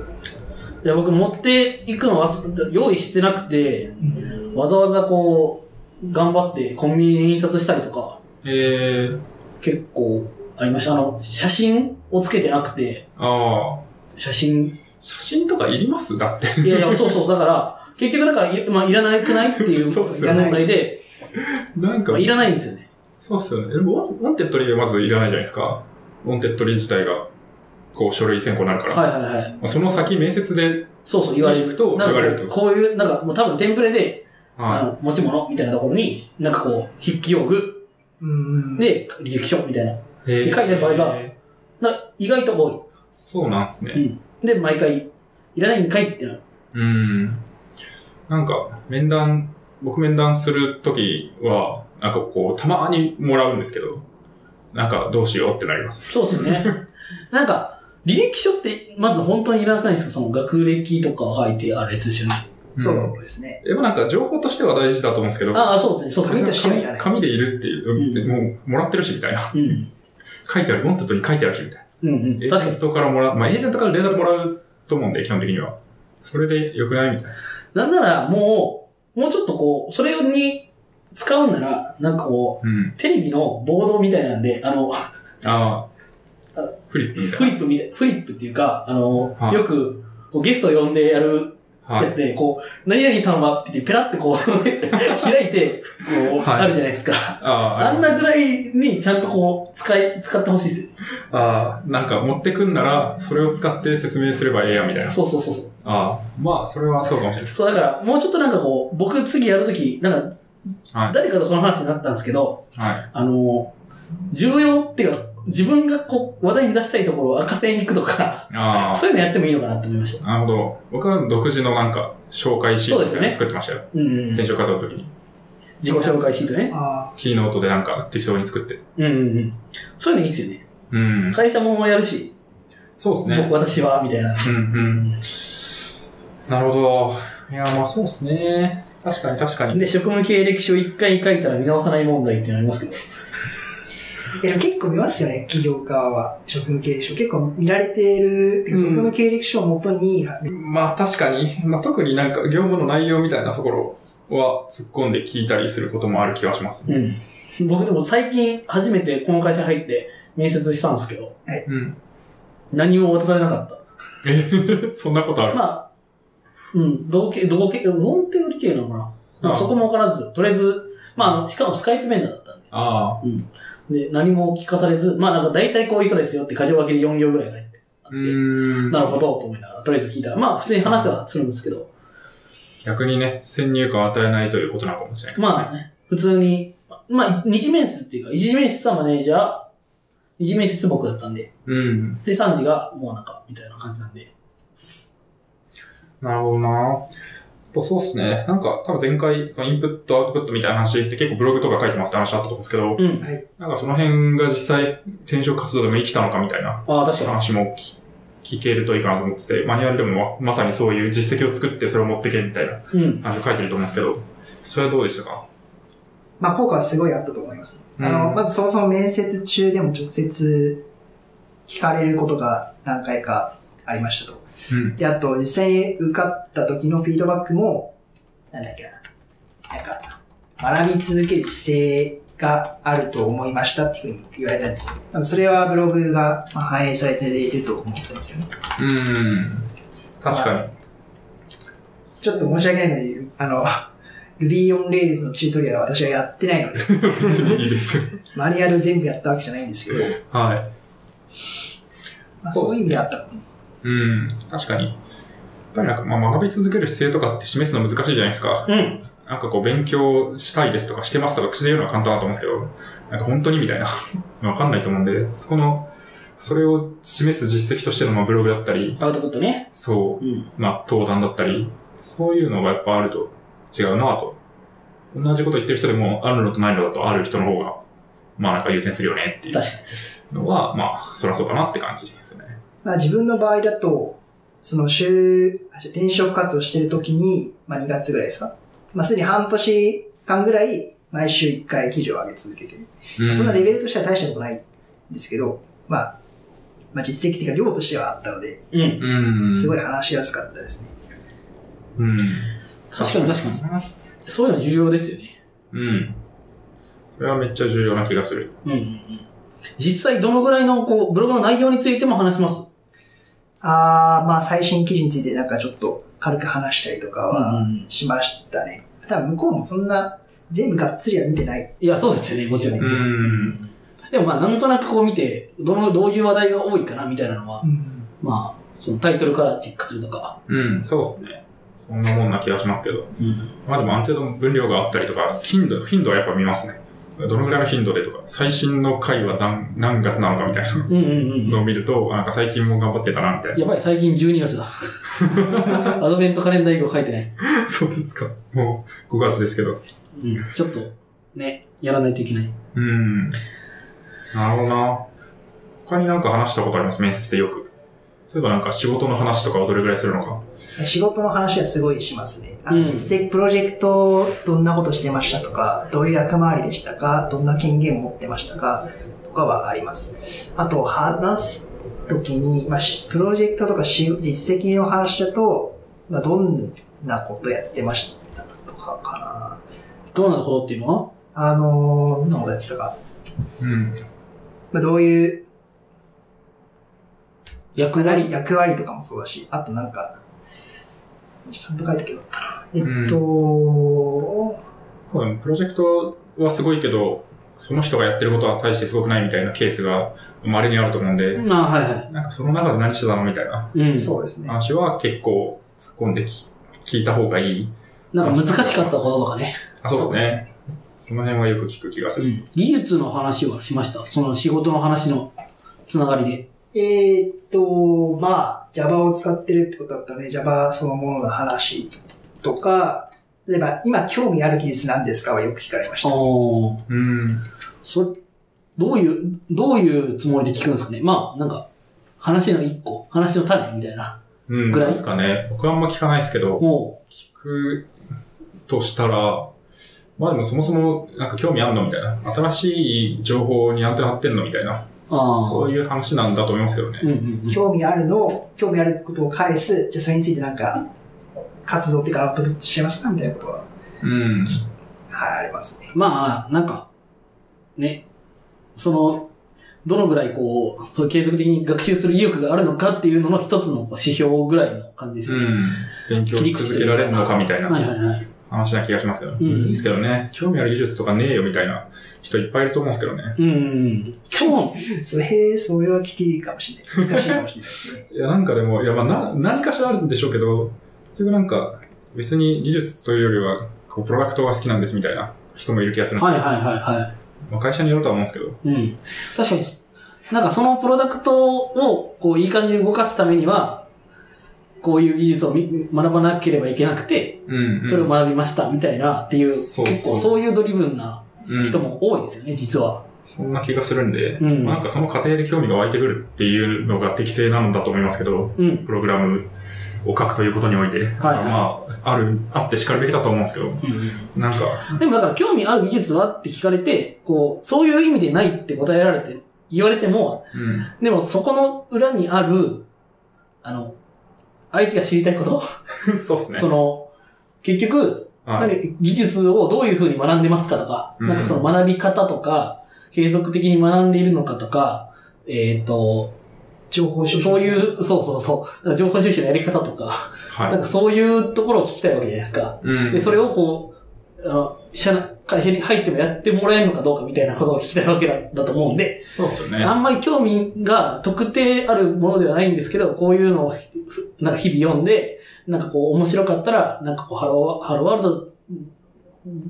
Speaker 4: い
Speaker 1: や、僕持っていくの忘れ、用意してなくて、わざわざこう、頑張ってコンビニで印刷したりとか、
Speaker 2: えー、
Speaker 1: 結構ありました。あの、写真をつけてなくて、
Speaker 2: ああ、
Speaker 1: 写真、
Speaker 2: 写真とかいります
Speaker 4: <laughs>
Speaker 2: だって。
Speaker 1: いやいや、そうそう、だから、結局だからい、まあ、いらないくないっていう
Speaker 2: そう
Speaker 1: 問
Speaker 2: っす
Speaker 3: よね
Speaker 1: 題で、
Speaker 2: なんか、
Speaker 1: まあ、いらないんですよね。
Speaker 2: そうっすよね。でも、ウォンウォンテッドリーがまずいらないじゃないですか。ウォンテッドリー自体が、こう、書類選考になるから。
Speaker 1: はいはいはい。
Speaker 2: まあその先、面接で、
Speaker 1: そうそう、言われる
Speaker 2: と
Speaker 1: なん
Speaker 2: 言われる
Speaker 1: か
Speaker 2: と
Speaker 1: こうこういう、なんかもう多分テンプレで、あ
Speaker 2: は
Speaker 1: の、持ち物みたいなところに、なんかこう、筆記用具
Speaker 3: うん。、
Speaker 1: で、履歴書みたいな。
Speaker 2: いで
Speaker 1: 書いてる場合が。な意外と多
Speaker 2: そうなんですね。
Speaker 1: い。で、毎回、いらないんかいってなる。
Speaker 2: うん。なんか、面談、僕面談するときは、なんかこう、たまにもらうんですけど、なんかどうしようってなります。
Speaker 1: そうですよね。なんか、履歴書って、まず本当にいらなくないですかその学歴とか書いてあるやつですよね。
Speaker 3: そうですね。
Speaker 2: でもなんか情報としては大事だと思うんですけど、
Speaker 1: ああ、そうですね、そうです
Speaker 3: 紙
Speaker 1: ね
Speaker 3: と。してはいらない
Speaker 2: 紙でいるっていう、もうもらってるしみたいな。 <laughs>
Speaker 1: うん。
Speaker 2: 書いてある、モンテットに書いてあるしみたいな。
Speaker 1: うんう
Speaker 2: エ
Speaker 1: ん。
Speaker 2: ージ
Speaker 1: 確か
Speaker 2: ェン
Speaker 1: に。
Speaker 2: トからもらう、まあエージェントからデータもらうと思うんで、基本的には。それで良くないみたいな。
Speaker 1: なんなら、もう、もうちょっとこう、それに使うんなら、なんかこ
Speaker 2: うん。
Speaker 1: う、テレビのボードみたいなんで、あの、
Speaker 2: ああ
Speaker 1: あ、
Speaker 2: フリップみたい
Speaker 1: フリップみたい、フリップっていうか、あの、
Speaker 2: はい
Speaker 1: よく、こうゲスト呼んでやる
Speaker 2: な。は
Speaker 1: や
Speaker 2: い。
Speaker 1: つで、こう、何々さんはって言って、ペラってこう、 <laughs> 開いて、こう、
Speaker 2: はい
Speaker 1: あるじゃないですか。
Speaker 2: ああ、
Speaker 1: あんなぐらいにちゃんとこう、使い、使ってほしいですよ。
Speaker 2: ああ、なんか持ってくんなら、それを使って説明すればええや、みたいな。
Speaker 1: そうそうそうそう。
Speaker 2: ああ、まあ、それはそうかもしれないです。
Speaker 1: そう、だから、もうちょっとなんかこう、僕次やるとき、なんか、
Speaker 2: はい
Speaker 1: 誰かとその話になったんですけど、
Speaker 2: はい。
Speaker 1: あの、重要っていうか、自分がこう、話題に出したいところを赤線引くとか、
Speaker 2: あ
Speaker 1: そういうのやってもいいのかなって思いました。
Speaker 2: あ、なるほど。僕は独自のなんか、紹介シートみたいなの作ってましたよ。
Speaker 1: うんうんうん。
Speaker 2: 転
Speaker 1: 自
Speaker 2: 職活動の時に。
Speaker 1: 己紹介シートね。
Speaker 3: あ
Speaker 2: キーノートでなんか適当に作って。
Speaker 1: うんうんうん。そういうのいいっすよね。
Speaker 2: うん。
Speaker 1: 会社もやるし、
Speaker 2: そうですね
Speaker 1: 僕。私は、みたいな。
Speaker 2: うんうん。なるほど。いや、まあそうですね。確かに確かに。
Speaker 1: で、職務経歴書一回書いたら見直さない問題っていうのありますけど。
Speaker 3: あ。いや結構見ますよね、企業側は。職務経歴書。結構見られている、
Speaker 2: うん
Speaker 3: 職務経歴書をもとに、
Speaker 2: まあ確かに、まあ特になんか業務の内容みたいなところは突っ込んで聞いたりすることもある気がしますね。
Speaker 1: うん。僕でも最近初めてこの会社入って面接したんですけど、
Speaker 2: うん。
Speaker 1: 何も渡されなかった。
Speaker 2: そんなことある。
Speaker 1: まあ、うん、同系、同系、論定より系なのかな。なんかそこも分からず、とりあえず、まああの、しかもスカイプ面談だったん
Speaker 2: ああ。
Speaker 1: で、で、何も聞かされず、まあなんか大体こういう人ですよって箇条書きで4行ぐらい書いてあって、
Speaker 2: ん
Speaker 1: なるほどと思いながら、とりあえず聞いたら、まあ普通に話せはするんですけど、
Speaker 2: 逆にね、先入観を与えないということなのかもしれないですね。
Speaker 1: まあね、普通に、まあ、二次面接っていうか、一次面接はマネージャー、二次面接僕だったんで、
Speaker 2: うん。
Speaker 1: で、三次がもうなんか、みたいな感じなんで。
Speaker 2: なるほどな。やっぱそうですね。なんか、多分前回、このインプット、アウトプットみたいな話で結構ブログとか書いてますって話あったと思うんですけど、
Speaker 1: うん。
Speaker 2: なんかその辺が実際転職活動でも生きたのかみたいな
Speaker 1: ああ、確か
Speaker 2: 話も聞聞けるといいかなと思ってて、マニュアルでもままさにそういう実績を作ってそれを持ってけみたいな
Speaker 1: に。うん。
Speaker 2: 話を書いてると思うんですけど、それはどうでしたか
Speaker 3: まあ、効果はすごいあったと思います。あの、
Speaker 2: うん
Speaker 3: まずそもそも面接中でも直接聞かれることが何回かありましたと。
Speaker 2: うん。
Speaker 3: で、あと、実際に受かった時のフィードバックも、なんだっけな。なんか、学び続ける姿勢があると思いましたっていうふうに言われたんですよ。多分それはブログがまあ反映されていると思ったんですよね。
Speaker 2: うん。確か
Speaker 3: ちょっと申し訳ないので、あの、Ruby on Rails のチュートリアルは私はやってないので、 <laughs>
Speaker 2: に。別 <laughs> にいいです。
Speaker 3: マニュアル全部やったわけじゃないんですけど、
Speaker 2: はい。
Speaker 3: まあ、そういう意味であった
Speaker 2: うん。確かに。やっぱりなんか、まあ、学び続ける姿勢とかって示すの難しいじゃないですか。
Speaker 1: うん。
Speaker 2: なんかこう、勉強したいですとか、してますとか、口で言うのは簡単だと思うんですけど、なんか <laughs> 本当にみたいな、わかんないと思うんで、そこの、それを示す実績としてのまあブログだったり、
Speaker 1: アウトプットね。
Speaker 2: そう、
Speaker 1: うん。
Speaker 2: まあ、登壇だったり、そういうのがやっぱあると違うなと。同じこと言ってる人でも、あるのとないのだとある人の方が、まあなんか優先するよねってい
Speaker 1: 確か
Speaker 2: うのは、まあ、そりゃそうかなって感じですね。
Speaker 3: まあ、自分の場合だと、その就、あ転職活動してる時に、まあ、2月ぐらいですか。まあ、すでに半年間ぐらい、毎週1回記事を上げ続けてる。
Speaker 2: うん
Speaker 3: そんなレベルとしては大したことないんですけど、まあ、まあ、実績っていうか量としてはあったので、
Speaker 1: に。うん。
Speaker 2: うん。
Speaker 3: すご
Speaker 2: い。
Speaker 3: い話しやすかったですね。
Speaker 2: うん。
Speaker 1: 確かに確かに。そういうの重要ですよね。
Speaker 2: うん。それはめっちゃ重要な気がする。
Speaker 1: うんうんうん。実際どのぐらいの、こう、ブログの内容についても話します。
Speaker 3: あー、まあ、最新記事についてなんかちょっと軽く話したりとかは
Speaker 1: うん
Speaker 3: しましたね。多分向こうもそんな、全部がっつりは見てない。
Speaker 1: いや、そうですよね、もちろん。
Speaker 3: う
Speaker 2: うん。
Speaker 1: でもまあ、なんとなくこう見て、どの、どういう話題が多いかな、みたいなのは、まあ、そのタイトルからチェックするとか。
Speaker 2: うん、そうですね。そんなもんな気がしますけど。
Speaker 1: うん。
Speaker 2: まあでもある程度分量があったりとか、頻度、頻度はやっぱ見ますね。どのぐらいの頻度でとか、最新の回は何何月なのかみたいな
Speaker 1: うんうんう
Speaker 2: の
Speaker 1: ん。
Speaker 2: を見ると、あなんか最近も頑張ってたな、みたい
Speaker 1: やばい、最近12月 <laughs> だ。アドベントカレンダー以降書いてない。
Speaker 2: な。そうですか。もう5月ですけど。
Speaker 1: うん。ちょっと、ね、やらないといけない。
Speaker 2: うん。なるほどな。他になんか話したことあります面接でよく。そういえばなんか仕事の話とかはどれぐらいするのか。
Speaker 3: 仕事の話はすごいしますね。あ
Speaker 1: うん
Speaker 3: の実際プロジェクトどんなことしてましたとか、どういう役回りでしたか、どんな権限持ってましたかとかはあります。あと話すときに、まあ、しプロジェクトとかし実績の話だと、まあ、どんなことやってましたとかか
Speaker 1: どうなるほどっていうのは
Speaker 3: な。あのー、どんなことやってたか。
Speaker 2: うん。
Speaker 3: まあ、どういう
Speaker 1: 役割
Speaker 3: 役割とかもそうだし、あとなんか、ちゃんと書いてけばよかったな。
Speaker 2: ん
Speaker 3: えっと、
Speaker 2: プロジェクトはすごいけど、その人がやってることは大してすごくないみたいなケースが稀にあると思うんで、
Speaker 1: あはいは。
Speaker 2: なんかその中で何してたのみたいない
Speaker 1: うん。
Speaker 3: そうですね。
Speaker 2: 話は結構突っ込んでき聞いた方がいい。
Speaker 1: なんか難しかったこととかね。
Speaker 2: あそうですね。この辺はよく聞く気がす
Speaker 1: う
Speaker 2: る。
Speaker 1: ん。技術の話はしました。その仕事の話のつながりで。
Speaker 3: えーっと、まあ、Java を使ってるってことだったので、Java そのものの話とか、例えば、今興味ある技術なんですかはよく聞かれまし
Speaker 1: あ
Speaker 3: た。
Speaker 1: あ。
Speaker 2: うん。
Speaker 1: それ、どういう、どういうつもりで聞くんですかねまあ、なんか、話の一個、話の種みたいな。
Speaker 2: うん。
Speaker 1: ぐらい
Speaker 2: ですかね。僕はあんま聞かないですけど、
Speaker 1: も
Speaker 2: 聞くとしたら、まあでもそもそもなんか興味あんのみたいな。新しい情報にアンテナ張ってんのみたいな。
Speaker 1: う、ああ。
Speaker 2: そういう話なんだと思いますけどね。
Speaker 1: うんうんうん。
Speaker 3: 興味あるのを、興味あることを返す、じゃあそれについてなんか、活動っていうかアウトプットしてますかみたいなことは、
Speaker 2: うん。
Speaker 3: はい、ありますね。
Speaker 1: まあ、なんか、ね、その、どのぐらいこう、そういう継続的に学習する意欲があるのかっていうのの一つのこう指標ぐらいの感じです
Speaker 2: う
Speaker 1: よね。
Speaker 2: ん。勉強し続けられるのかみたい
Speaker 1: はい
Speaker 2: な
Speaker 1: はいはい。
Speaker 2: 話な気がしますけど。
Speaker 1: ん
Speaker 2: いいですけどね。興味ある技術とかねえよみたいな人いっぱいいると思うんですけどね。
Speaker 1: うんうん。今日、
Speaker 3: それ、それはきちいかもしれない。難しいかもしれないですね。
Speaker 2: いや、なんかでも、いや、まあ、な、何かしらあるんでしょうけど、結局なんか、別に技術というよりは、こう、プロダクトが好きなんですみたいな人もいる気がするんです
Speaker 1: はい
Speaker 2: け
Speaker 1: はい
Speaker 2: ど、
Speaker 1: はいはい。
Speaker 2: まあ、会社によるとは思うんですけど、
Speaker 1: うん。確かに、なんかそのプロダクトを、こう、いい感じに動かすためには、こういう技術をみ学ばなければいけなくて、
Speaker 2: うん、うん
Speaker 1: それを学びました、みたいな、っていう、
Speaker 2: そう
Speaker 1: 結構
Speaker 2: そう
Speaker 1: そういうドリブンな
Speaker 2: うん
Speaker 1: 人も多いですよね、実は。
Speaker 2: そんな気がするんで、
Speaker 1: うん
Speaker 2: まあ、なんかその過程で興味が湧いてくるっていうのが適正なのだと思いますけど、
Speaker 1: うん。
Speaker 2: プログラムを書くということにおいて、
Speaker 1: はいはい
Speaker 2: まあ、ある、あって叱るべきだと思うんですけど、なんか、
Speaker 1: でもだから、興味ある技術はって聞かれて、こう、そういう意味でないって答えられて、言われても、
Speaker 2: うん、
Speaker 1: でもそこの裏にある、あの、相手が知りたいこと、
Speaker 2: そうですね。
Speaker 1: その、結局、
Speaker 2: はい
Speaker 1: 何技術をどういうふうに学んでますかとか、
Speaker 2: うん
Speaker 1: なんかその学び方とか、継続的に学んでいるのかとか、えっ、と、
Speaker 3: 情報収集。
Speaker 1: そういう、そうそうそう、なんか情報収集のやり方とか、
Speaker 2: は
Speaker 1: なん
Speaker 2: い。
Speaker 1: かそういうところを聞きたいわけじゃないですか。
Speaker 2: うん
Speaker 1: で、それをこう、あの、社内、会社に入ってもやってもらえるのかどうかみたいなことを聞きたいわけだだと思うんで、
Speaker 2: そうですよね。
Speaker 1: あんまり興味が特定あるものではないんですけど、こういうのをふなんか日々読んで、なんかこう面白かったら、なんかこうハロー、ハローワールド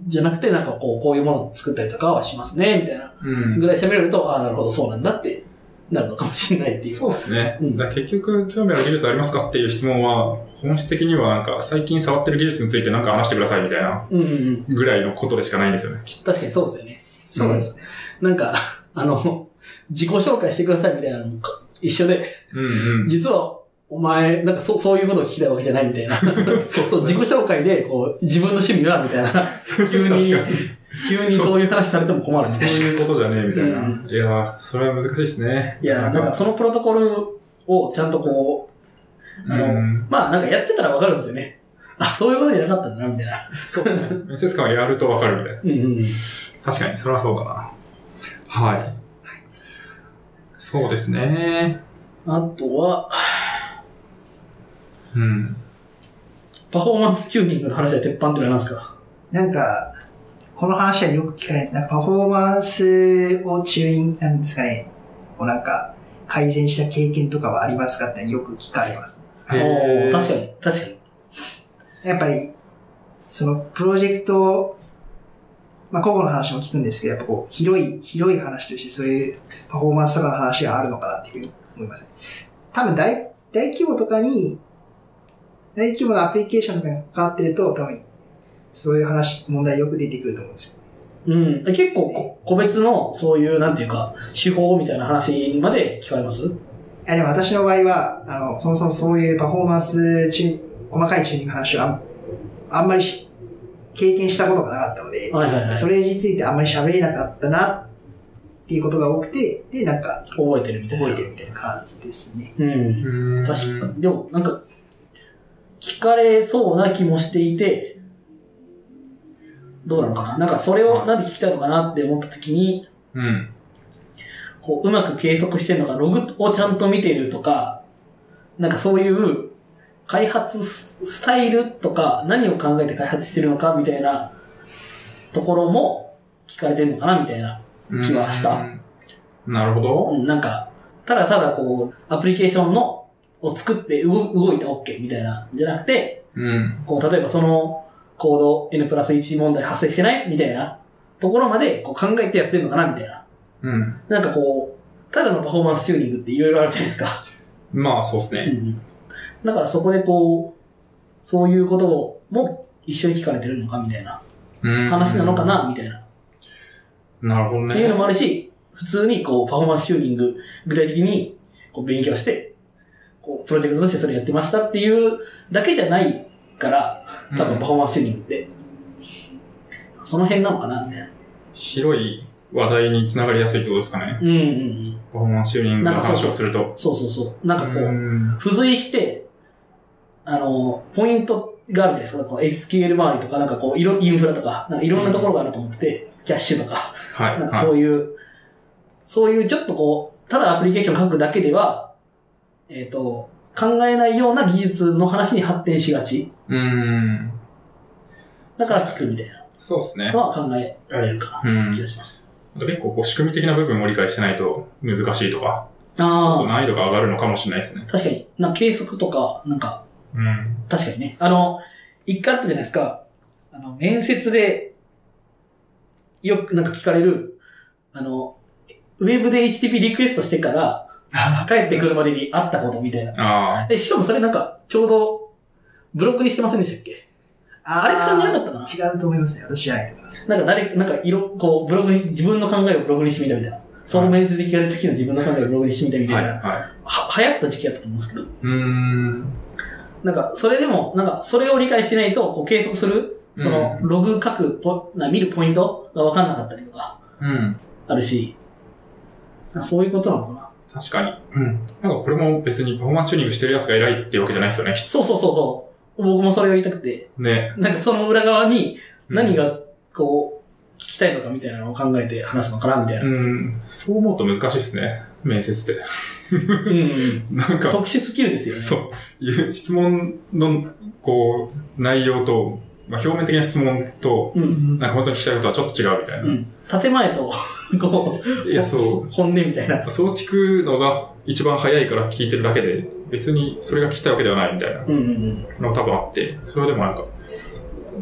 Speaker 1: じゃなくて、なんかこう、こういうものを作ったりとかはしますね、みたいな
Speaker 2: うん
Speaker 1: ぐらい喋れると、ああ、なるほど、そうなんだってなるのかもしれないっていう。
Speaker 2: そうですね。
Speaker 1: うん
Speaker 2: だから結局、興味ある技術ありますかっていう質問は、本質的にはなんか、最近触ってる技術についてなんか話してくださいみたいな
Speaker 1: うんうんうん。
Speaker 2: ぐらいのことでしかないんですよね。
Speaker 1: 確かにそうですよね。
Speaker 3: そうですね。
Speaker 1: なんか、あの、自己紹介してくださいみたいなのも一緒で、
Speaker 2: うん
Speaker 1: 実は、お前、なんかそ、そういうことを聞きたいわけじゃないみたい <laughs> な。そうそう、自己紹介で、こう、自分の趣味は、みたいな。 <laughs> 急に、
Speaker 2: 確か
Speaker 1: 急にそういう話されても困るみ
Speaker 2: う
Speaker 1: た
Speaker 2: ん。
Speaker 1: い
Speaker 2: そういうことじゃねえみたいな。
Speaker 1: う
Speaker 2: いやー、それは難しいですね。
Speaker 1: な。いや、なんかそのプロトコルをちゃんとこう、あの、
Speaker 2: うん
Speaker 1: まあなんかやってたらわかるんですよね。あ、そういうことじゃなかったんだな、みたいな。
Speaker 2: そうですね。面接官はやるとわかるみたいな。
Speaker 1: うんうん。
Speaker 2: 確かに、それはそうだな。はい。そうですね。
Speaker 1: あとは、
Speaker 2: うん。
Speaker 1: パフォーマンスチューニングの話は鉄板ってのは何ですか
Speaker 3: なんか、この話はよく聞かないです。なんかパフォーマンスをチューニング、なんですかね、こうなんか、改善した経験とかはありますかってよく聞かれます。
Speaker 1: お
Speaker 2: へ
Speaker 1: ー
Speaker 2: ー
Speaker 1: 確かに、確かに。
Speaker 3: やっぱり、そのプロジェクトまあ、個々の話も聞くんですけど、やっぱこう、広い、広い話として、そういうパフォーマンスとかの話があるのかなっていうふうに思いますね。多分大、大規模とかに、大規模なアプリケーションとかに関わってると、多分、そういう話、問題よく出てくると思うんですよ。
Speaker 1: うん。え結構こ、個別の、そういう、なんていうか、手法みたいな話まで聞かれます
Speaker 3: いや、でも私の場合は、あの、そもそもそういうパフォーマンス中、細かいチューニングの話をあんあんまりし経験したことがなかったので、
Speaker 1: はいはいはい。
Speaker 3: それについてあんまり喋れなかったなっていうことが多くて、で、なんか
Speaker 1: 覚えてるみたいな。
Speaker 3: 覚えてるみたいな感じですね。
Speaker 1: うん。
Speaker 2: うん
Speaker 1: 確かに。でも、なんか、聞かれそうな気もしていて、どうなのかななんか、それをなんで聞きたいのかなって思った時に、
Speaker 2: うん。
Speaker 1: こう、うまく計測してるのか、ログをちゃんと見てるとか、なんかそういう、開発ススタイルとか、何を考えて開発してるのか、みたいなところも聞かれてるのかな、みたい
Speaker 2: う
Speaker 1: な。
Speaker 2: ん
Speaker 1: 気はした。
Speaker 2: なるほど。
Speaker 1: うん、なんか、ただただこう、アプリケーションの、を作って動動いた OK みたいな、じゃなくて、
Speaker 2: うん。
Speaker 1: こう、例えばそのコード N プラス1問題発生してないみたいなところまでこう考えてやってんのかなみたいな。
Speaker 2: うん。
Speaker 1: なんかこう、ただのパフォーマンスチューニングっていろいろあるじゃないですか。
Speaker 2: まあ、そうです
Speaker 1: う
Speaker 2: ね。
Speaker 1: ん。だからそこでこう、そういうことをも一緒に聞かれてるのかみたいな
Speaker 2: うん
Speaker 1: 話なのかなみたいな。
Speaker 2: なるほどね。
Speaker 1: っていうのもあるし、普通にこう、パフォーマンスチューニング、具体的にこう勉強して、こう、プロジェクトとしてそれやってましたっていうだけじゃないから、多分
Speaker 2: うん
Speaker 1: パフォーマンスチューニングって、その辺なのかなみたいな。
Speaker 2: 広い話題につながりやすいってことですかね。
Speaker 1: うんうんうん。
Speaker 2: パフォーマンスチューニングの話をすると。
Speaker 1: そうそうそう。なんかこ
Speaker 2: う
Speaker 1: う、
Speaker 2: ん
Speaker 1: 付随して、あの、ポイントがあるじゃないですか。この SQL 周りとか、なんかこう、いろ、インフラとか、なんかいろんなところがあると思ってて、キャッシュとか。
Speaker 2: はい。
Speaker 1: なんか
Speaker 2: はい
Speaker 1: そういう、そういうちょっとこう、ただアプリケーション書くだけでは、えっ、と、考えないような技術の話に発展しがち。
Speaker 2: うん。
Speaker 1: だから聞くみたいな
Speaker 2: そうですね
Speaker 1: の。は考えられるか
Speaker 2: う
Speaker 1: なん気。がします。
Speaker 2: あと結構こう仕組み的な部分を理解してないと難しいとか、ちょっと
Speaker 1: ああ、
Speaker 2: 難易度が上がるのかもしれないですね。
Speaker 1: 確かに。なんか計測とか、なんか、
Speaker 2: うん。
Speaker 1: 確かにね。あの、一回あったじゃないですか。あの、面接で、よくなんか聞かれる、あの、ウェブで HTTP リクエストしてから、 <laughs> 帰ってくるまでにあったことみたいな。
Speaker 2: ああ。
Speaker 1: え、しかもそれなんか、ちょうど、ブロックにしてませんでしたっけ
Speaker 3: あ
Speaker 1: アレクさんじゃなかったか
Speaker 3: 違うと思いますね。私じゃないと思います。
Speaker 1: ななんか誰、なんか色、こう、ブログに、自分の考えをブログにしてみたみたいな。その面接で聞かれた時の自分の考えをブログにしてみたみた
Speaker 2: はいい。
Speaker 1: な。
Speaker 2: はい。
Speaker 1: は、流行った時期やったと思うんですけど。
Speaker 2: うーん。
Speaker 1: なんか、それでも、なんか、それを理解してないと、こう、計測する、その、
Speaker 2: う
Speaker 1: ログ書くポ、な見るポイントが分かんなかったりとか、
Speaker 2: うん。
Speaker 1: あるし、なんかそういうことなのかな。
Speaker 2: 確かに。うん。なんかこれも別にパフォーマンスチューニングしてるやつが偉いっていうわけじゃないですよね。
Speaker 1: そうそうそうそう。僕もそれが言いたくて、
Speaker 2: ね。
Speaker 1: なんかその裏側に
Speaker 2: うん
Speaker 1: 何が、こう、聞きたいのかみたいなのを考えて話すのかな、みたいな。
Speaker 2: うん。そう思うと難しいですね。面接って。 <laughs>
Speaker 1: うん
Speaker 2: なんか、
Speaker 1: 特殊スキルですよね。
Speaker 2: そう。いう質問の、こう、内容と、まあ、表面的な質問と、
Speaker 1: う。ん。
Speaker 2: なんか本当に聞きたいことはちょっと違うみたいな。
Speaker 1: うん。建前と、こ、
Speaker 2: いや、そう
Speaker 1: 本音みたいな。
Speaker 2: う。そう聞くのが一番早いから聞いてるだけで、別にそれが聞きたいわけではないみたいな
Speaker 1: うんうん
Speaker 2: のが多分あって、それはでもなんか、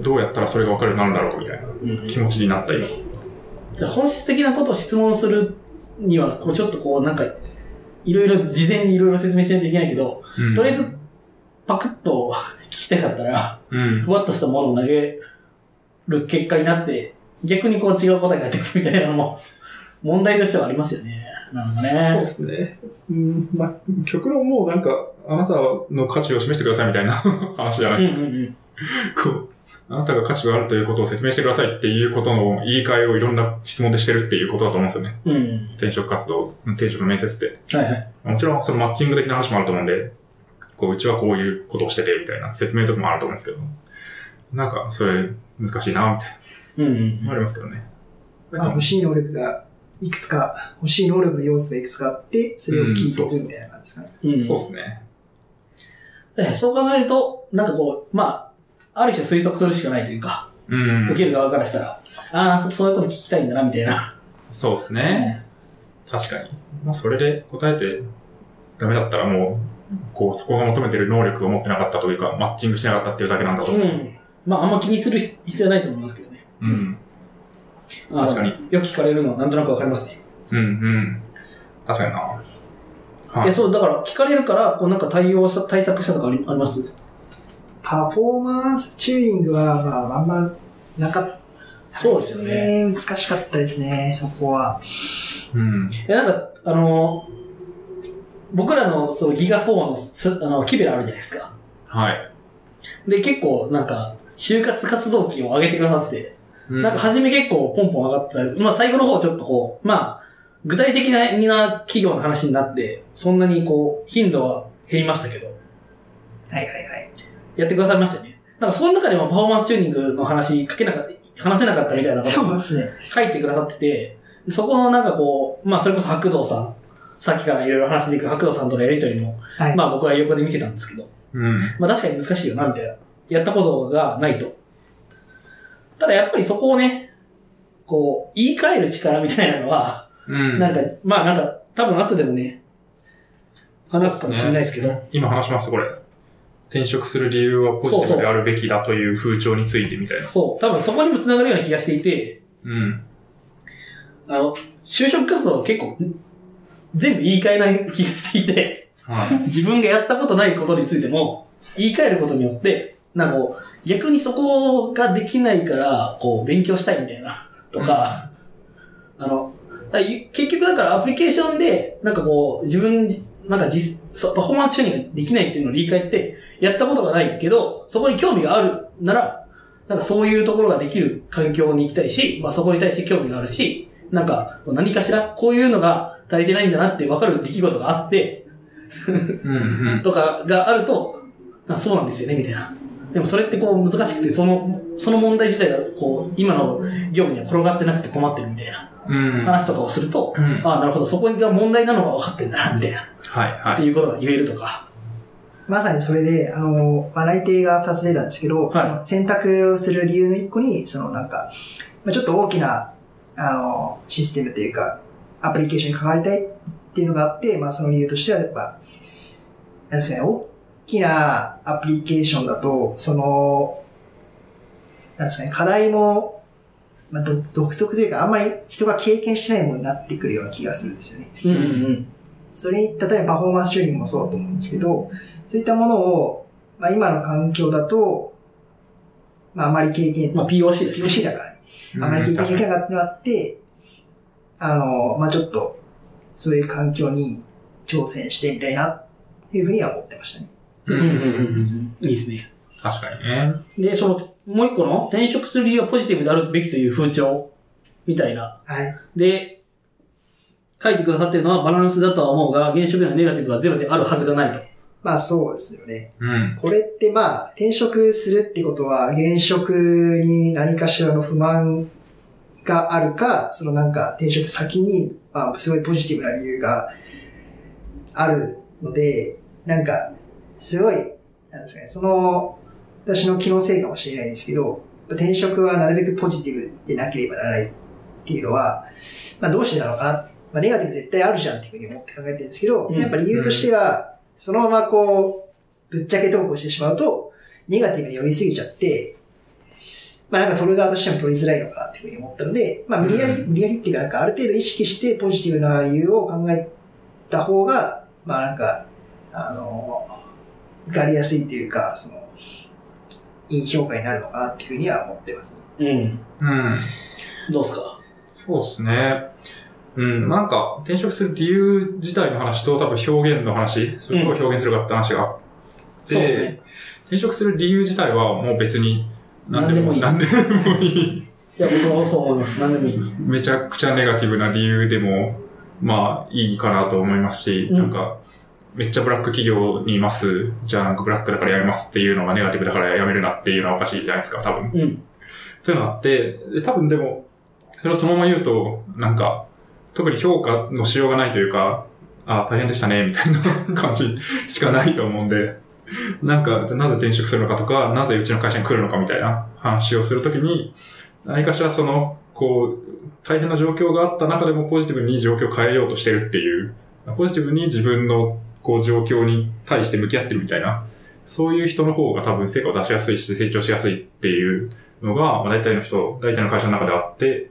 Speaker 2: どうやったらそれが分かるようになるんだろうみたいな
Speaker 1: うんうん。
Speaker 2: 気持ちになったり。
Speaker 1: じゃあ本質的なことを質問するには、こうちょっとこう、なんか、いろいろ、事前にいろいろ説明しないといけないけど、
Speaker 2: うん
Speaker 1: とりあえず、パクッと聞きたかったら、
Speaker 2: うん。
Speaker 1: ふわっとしたものを投げる結果になって、逆にこう違う答えが出てくるみたいなのも、問題としてはありますよね。なんか
Speaker 4: そうで。
Speaker 1: ね
Speaker 4: すね。
Speaker 2: うん、まあ、極論もうなんか、あなたの価値を示してくださいみたいな <laughs> 話じゃな
Speaker 1: うん
Speaker 2: いです
Speaker 1: うんうん。
Speaker 2: か。こう、あなたが価値があるということを説明してくださいっていうことの言い換えをいろんな質問でしてるっていうことだと思うんですよね。
Speaker 1: うん。
Speaker 2: 転職活動、転職の面接って。
Speaker 1: はいはい。
Speaker 2: もちろんそのマッチング的な話もあると思うんで、こう、うちはこういうことをしててみたいな説明とかもあると思うんですけど、なんか、それ難しいなみたい
Speaker 1: うんうん
Speaker 2: なのありますけどね。
Speaker 3: まあ、
Speaker 2: なん
Speaker 3: 欲
Speaker 2: か
Speaker 3: しい能力が、いくつか、欲しい能力の要素がいくつかあって、それを聞いていくみたいな感じですかね。
Speaker 1: うん。うん
Speaker 2: そうですね。
Speaker 1: えそう考えると、なんかこう、まあ、ある種推測するしかないというか、
Speaker 2: うん。
Speaker 1: 受ける側からしたら、ああ、なんかそういうこと聞きたいんだな、みたいな。
Speaker 2: そうですね。確かに。まあ、それで答えてダメだったらもう、こう、そこが求めてる能力を持ってなかったというか、マッチングしなかったっていうだけなんだと
Speaker 1: う
Speaker 2: 思う。
Speaker 1: ん。まあ、あんま気にする必要はないと思いますけどね。
Speaker 2: うん。
Speaker 1: あの
Speaker 2: 確かに。
Speaker 1: よく聞かれるのはなんとなくわかりますね。
Speaker 2: うんうん。確かにな。はい
Speaker 1: え、そう、だから聞かれるから、こうなんか対応した、対策したとかありあります
Speaker 3: パフォーマンスチューニングは、まあ、あんまなかった
Speaker 1: そうですよね。
Speaker 3: 難しかったですね、そこは。
Speaker 2: うん。
Speaker 1: え、なんか、あの僕らの、そう、ギガ4のす、あの、キベラあるじゃないですか。
Speaker 2: はい。
Speaker 1: で、結構、なんか、就活活動期を上げてくださってて、
Speaker 2: うん
Speaker 1: なんか、初め結構ポンポン上がった。まあ、最後の方ちょっとこう、まあ、具体的な企業の話になって、そんなにこう、頻度は減りましたけど、
Speaker 3: はいはいはい。
Speaker 1: やってくださいましたね。なんか、その中でもパフォーマンスチューニングの話、かけなかった、話せなかったみたいなこと
Speaker 3: そうですね。
Speaker 1: 書いてくださってて、そこのなんかこう、まあ、それこそ白道さん、さっきからいろいろ話していく白道さんとのやりとりも、
Speaker 3: はい。
Speaker 1: まあ、僕は横で見てたんですけど、
Speaker 2: うん。
Speaker 1: まあ確かに難しいよな、みたいな。やったことがないと。ただやっぱりそこをね、こう、言い換える力みたいなのは、
Speaker 2: うん。
Speaker 1: なんか、まあなんか、多分後でもね、話すかもしれないですけど、
Speaker 2: 今話します、これ。転職する理由はポジティブであるべきだという風潮についてみたいな。
Speaker 1: そう、多分そこにも繋がるような気がしていて、
Speaker 2: うん。
Speaker 1: あの、就職活動を結構、全部言い換えない気がしていて、
Speaker 2: はい。
Speaker 1: <laughs> 自分がやったことないことについても、言い換えることによって、なんかこう、逆にそこができないから、こう、勉強したいみたいな、とか、あの、だからゆ結局だからアプリケーションで、なんかこう、自分、なんか実、そうパフォーマンスチューニングができないっていうのを理解って、やったことがないけど、そこに興味があるなら、なんかそういうところができる環境に行きたいし、まあそこに対して興味があるし、なんか、こう何かしら、こういうのが足りてないんだなって分かる出来事があって、
Speaker 2: うんうん。
Speaker 1: とかがあると、あそうなんですよね、みたいな。でもそれってこう難しくて、その、その問題自体がこう、今の業務には転がってなくて困ってるみたいな
Speaker 2: うん。
Speaker 1: 話とかをすると、
Speaker 2: うん。
Speaker 1: ああ、なるほど、そこが問題なのが分かってんだな、みたいな、
Speaker 2: はいは
Speaker 1: って
Speaker 2: い。
Speaker 1: いうことが言えるとか。
Speaker 3: まさにそれで、あの、まあ、内定が2つ出たんですけど、
Speaker 1: はい
Speaker 3: その選択をする理由の1個に、そのなんか、まあ、ちょっと大きな、あの、システムというか、アプリケーションに関わりたいっていうのがあって、まあ、その理由としては、やっぱ、なんですかね、大きなアプリケーションだと、その、なんですかね、課題も、まあ、独独特というか、あんまり人が経験しないものになってくるような気がするんですよね。
Speaker 1: うんうん
Speaker 3: それに、例えばパフォーマンスチューニングもそうだと思うんですけど、そういったものを、まあ、今の環境だと、まあ、あまり経
Speaker 1: う
Speaker 3: 験
Speaker 1: ん。、まあ POC だし。
Speaker 3: POC だからね、
Speaker 2: うん
Speaker 3: あまり経験で
Speaker 2: 確か
Speaker 3: き
Speaker 2: に
Speaker 3: なかったのがあって、あの、まあ、ちょっと、そういう環境に挑戦してみたいな、っていうふうには思ってましたね。
Speaker 1: うんうんうんうん。い
Speaker 3: そうです
Speaker 1: いですね。
Speaker 2: 確かにね。
Speaker 1: で、その、もう一個の、転職する理由はポジティブであるべきという風潮、みたいな
Speaker 3: はい。
Speaker 1: で、書いてくださってるのはバランスだとは思うが、現象面のネガティブはゼロであるはずがないと。
Speaker 3: まあ、そうですよね。
Speaker 2: うん。
Speaker 3: これってまあ、転職するってことは、現職に何かしらの不満があるか、そのなんか転職先に、まあ、すごいポジティブな理由があるので、なんか、すごい、なんですかね、その、私の気のせいかもしれないんですけど、転職はなるべくポジティブでなければならないっていうのは、まあどうしてなのかなって。まあネガティブ絶対あるじゃんっていうふうに思って考えてるんですけど、
Speaker 1: うん
Speaker 3: やっぱ理由としては、そのままこう、ぶっちゃけ投稿してしまうと、ネガティブに寄りすぎちゃって、まあなんか取る側としても取りづらいのかなっていうふうに思ったので、まあ無理やり、無理やりっていうかなんかある程度意識してポジティブな理由を考えた方が、まあなんか、あの、受かりやすいというか、その、いい評価になるのかなっていうふうには思ってます。
Speaker 1: うん。
Speaker 2: うん。
Speaker 1: どうっすか
Speaker 2: そうですね。うん、なんか、転職する理由自体の話と、多分表現の話、それをどう表現するかって話があって、
Speaker 1: そうですね。
Speaker 2: 転職する理由自体はもう別に、
Speaker 1: 何
Speaker 2: 何でもいい。
Speaker 1: いや、僕もそう思います。何でもいい。
Speaker 2: めちゃくちゃネガティブな理由でも、まあ、いいかなと思いますし、
Speaker 1: うん
Speaker 2: なんか、めっちゃブラック企業にいます。じゃあなんかブラックだからやめますっていうのがネガティブだからやめるなっていうのはおかしいじゃないですか、多分。
Speaker 1: うん。
Speaker 2: そういうのあって、で多分でも、それをそのまま言うと、なんか、特に評価のしようがないというか、ああ、大変でしたね、みたいな感じしかないと思うんで、なんか、じゃあなぜ転職するのかとか、なぜうちの会社に来るのかみたいな話をするときに、何かしらその、こう、大変な状況があった中でもポジティブに状況を変えようとしてるっていう、ポジティブに自分の、こう、状況に対して向き合ってるみたいな、そういう人の方が多分成果を出しやすいし、成長しやすいっていうのが、まあ、大体の人、大体の会社の中であって、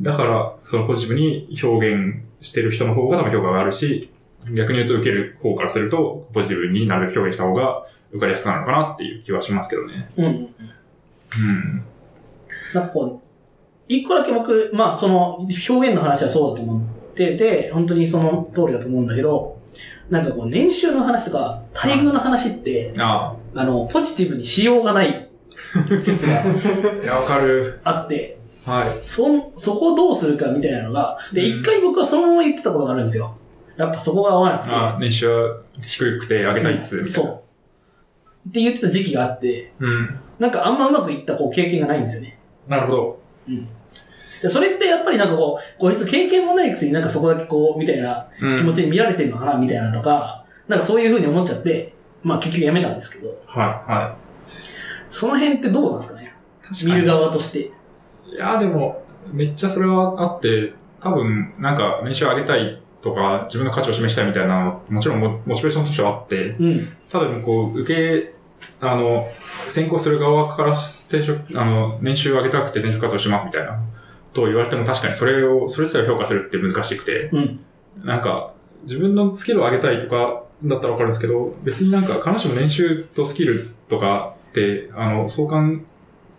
Speaker 2: だから、そのポジティブに表現してる人の方が多分評価があるし、逆に言うと受ける方からすると、ポジティブになるべく表現した方が受かりやすくなるのかなっていう気はしますけどね。
Speaker 1: うん。
Speaker 2: うん。
Speaker 1: なんかこう、一個だけ僕、まあその表現の話はそうだと思ってて、本当にその通りだと思うんだけど、なんかこう年収の話とか待遇の話って、
Speaker 2: あ
Speaker 1: あの、ポジティブにしようがない <laughs> 説が
Speaker 2: あ、いや、わかる。
Speaker 1: あって、
Speaker 2: はい。
Speaker 1: そん、そこをどうするかみたいなのが、で、
Speaker 2: うん
Speaker 1: 一回僕はそのまま言ってたことがあるんですよ。やっぱそこが合わなくて。
Speaker 2: ああ、年収は低くて上げたいっす、みたいな。
Speaker 1: そう。って言ってた時期があって、
Speaker 2: うん。
Speaker 1: なんかあんまうまくいったこう経験がないんですよね。
Speaker 2: なるほど。
Speaker 1: でそれってやっぱりなんかこう、こいつ経験もないくせになんかそこだけこう、みたいな
Speaker 2: うん
Speaker 1: 気持ちに見られてるのかな、みたいなとか、なんかそういう風に思っちゃって、まあ結局やめたんですけど、
Speaker 2: はい、は
Speaker 1: その辺ってどうなんですかね
Speaker 2: い。確
Speaker 1: 見る側として。
Speaker 2: いや、でも、めっちゃそれはあって、多分、なんか、年収上げたいとか、自分の価値を示したいみたいなのは、もちろんモモチベーションとしてはあって、
Speaker 1: うん。
Speaker 2: ただ、こう、受け、あの、先行する側から転職、あの、年収上げたくて転職活動しますみたいな、と言われても確かにそれを、それすら評価するって難しくて、
Speaker 1: うん。
Speaker 2: なんか、自分のスキルを上げたいとかだったらわかるんですけど、別になんか、必ずしも年収とスキルとかって、あの、相関、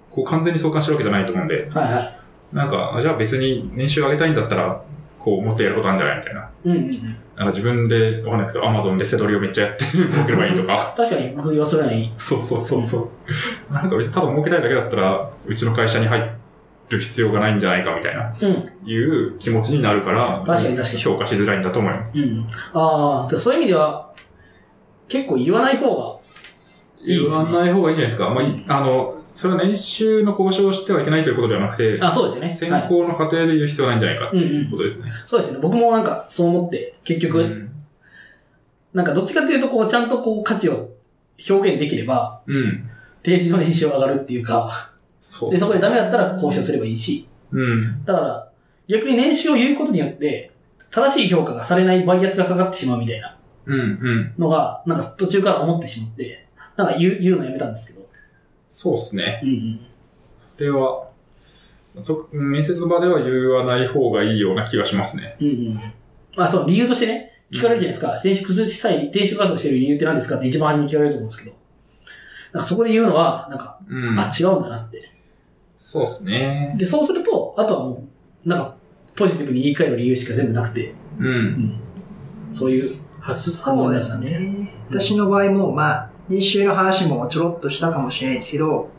Speaker 2: こう、完全に相関してるわけじゃないと思うんで、
Speaker 1: はいはい。
Speaker 2: なんか、あじゃあ別に年収上げたいんだったら、こう、もっとやることあるんじゃないみたいな。
Speaker 1: うんうんうん。
Speaker 2: なんか自分で、わかんないですけど、アマゾンで背取りをめっちゃやって儲ければいいと <laughs> か。
Speaker 1: 確かに、不要するのに。
Speaker 2: そうそうそうそう。なんか別にただ儲けたいだけだったら、うちの会社に入る必要がないんじゃないかみたいな、
Speaker 1: うん。
Speaker 2: いう気持ちになるから、
Speaker 1: 確かに確かに
Speaker 2: 評価しづらいんだと思います。
Speaker 1: うん。ああ、でもそういう意味では、結構言わない方が、いいっ
Speaker 2: 言
Speaker 1: すね
Speaker 2: わない方がいいんじゃないですか。まあい、あの、それは年収の交渉をしてはいけないということではなくて、
Speaker 1: あそうです
Speaker 2: 選
Speaker 1: よね。はい。
Speaker 2: 考の過程で言う必要はないんじゃないかっていうことですね。
Speaker 1: そうですね。僕もなんかそう思って、結局、
Speaker 2: うん。
Speaker 1: なんかどっちかっていうと、こう、ちゃんとこう、価値を表現できれば、
Speaker 2: うん。
Speaker 1: 定時の年収は上がるっていうか、
Speaker 2: そう
Speaker 1: で、そこでダメだったら交渉す
Speaker 2: る。
Speaker 1: ればいいし、
Speaker 2: うん。
Speaker 1: だから、逆に年収を言うことによって、正しい評価がされないバイアスがかかってしまうみたいな
Speaker 2: うん。うん。
Speaker 1: のが、なんか途中から思ってしまって、なんか言う言うのやめたんですけど。
Speaker 2: そうですね。
Speaker 1: うんうん。
Speaker 2: では、そ面接の場では言わない方がいいような気がしますね。
Speaker 1: うんうん。まあ、その理由としてね、聞かれるじゃないですか。転職したい、転職活動してる理由って何ですかって一番初めに聞かれると思うんですけど。なんかそこで言うのは、なんか、
Speaker 2: うん。
Speaker 1: あ、違うんだなって。
Speaker 2: そうですね。
Speaker 1: で、そうすると、あとはもう、なんか、ポジティブに言い換える理由しか全部なくて、
Speaker 2: う。
Speaker 1: うんん。そういう発反
Speaker 3: そうですね。私の場合も、まあ、練習の話もちょろっとしたかもしれないですけど、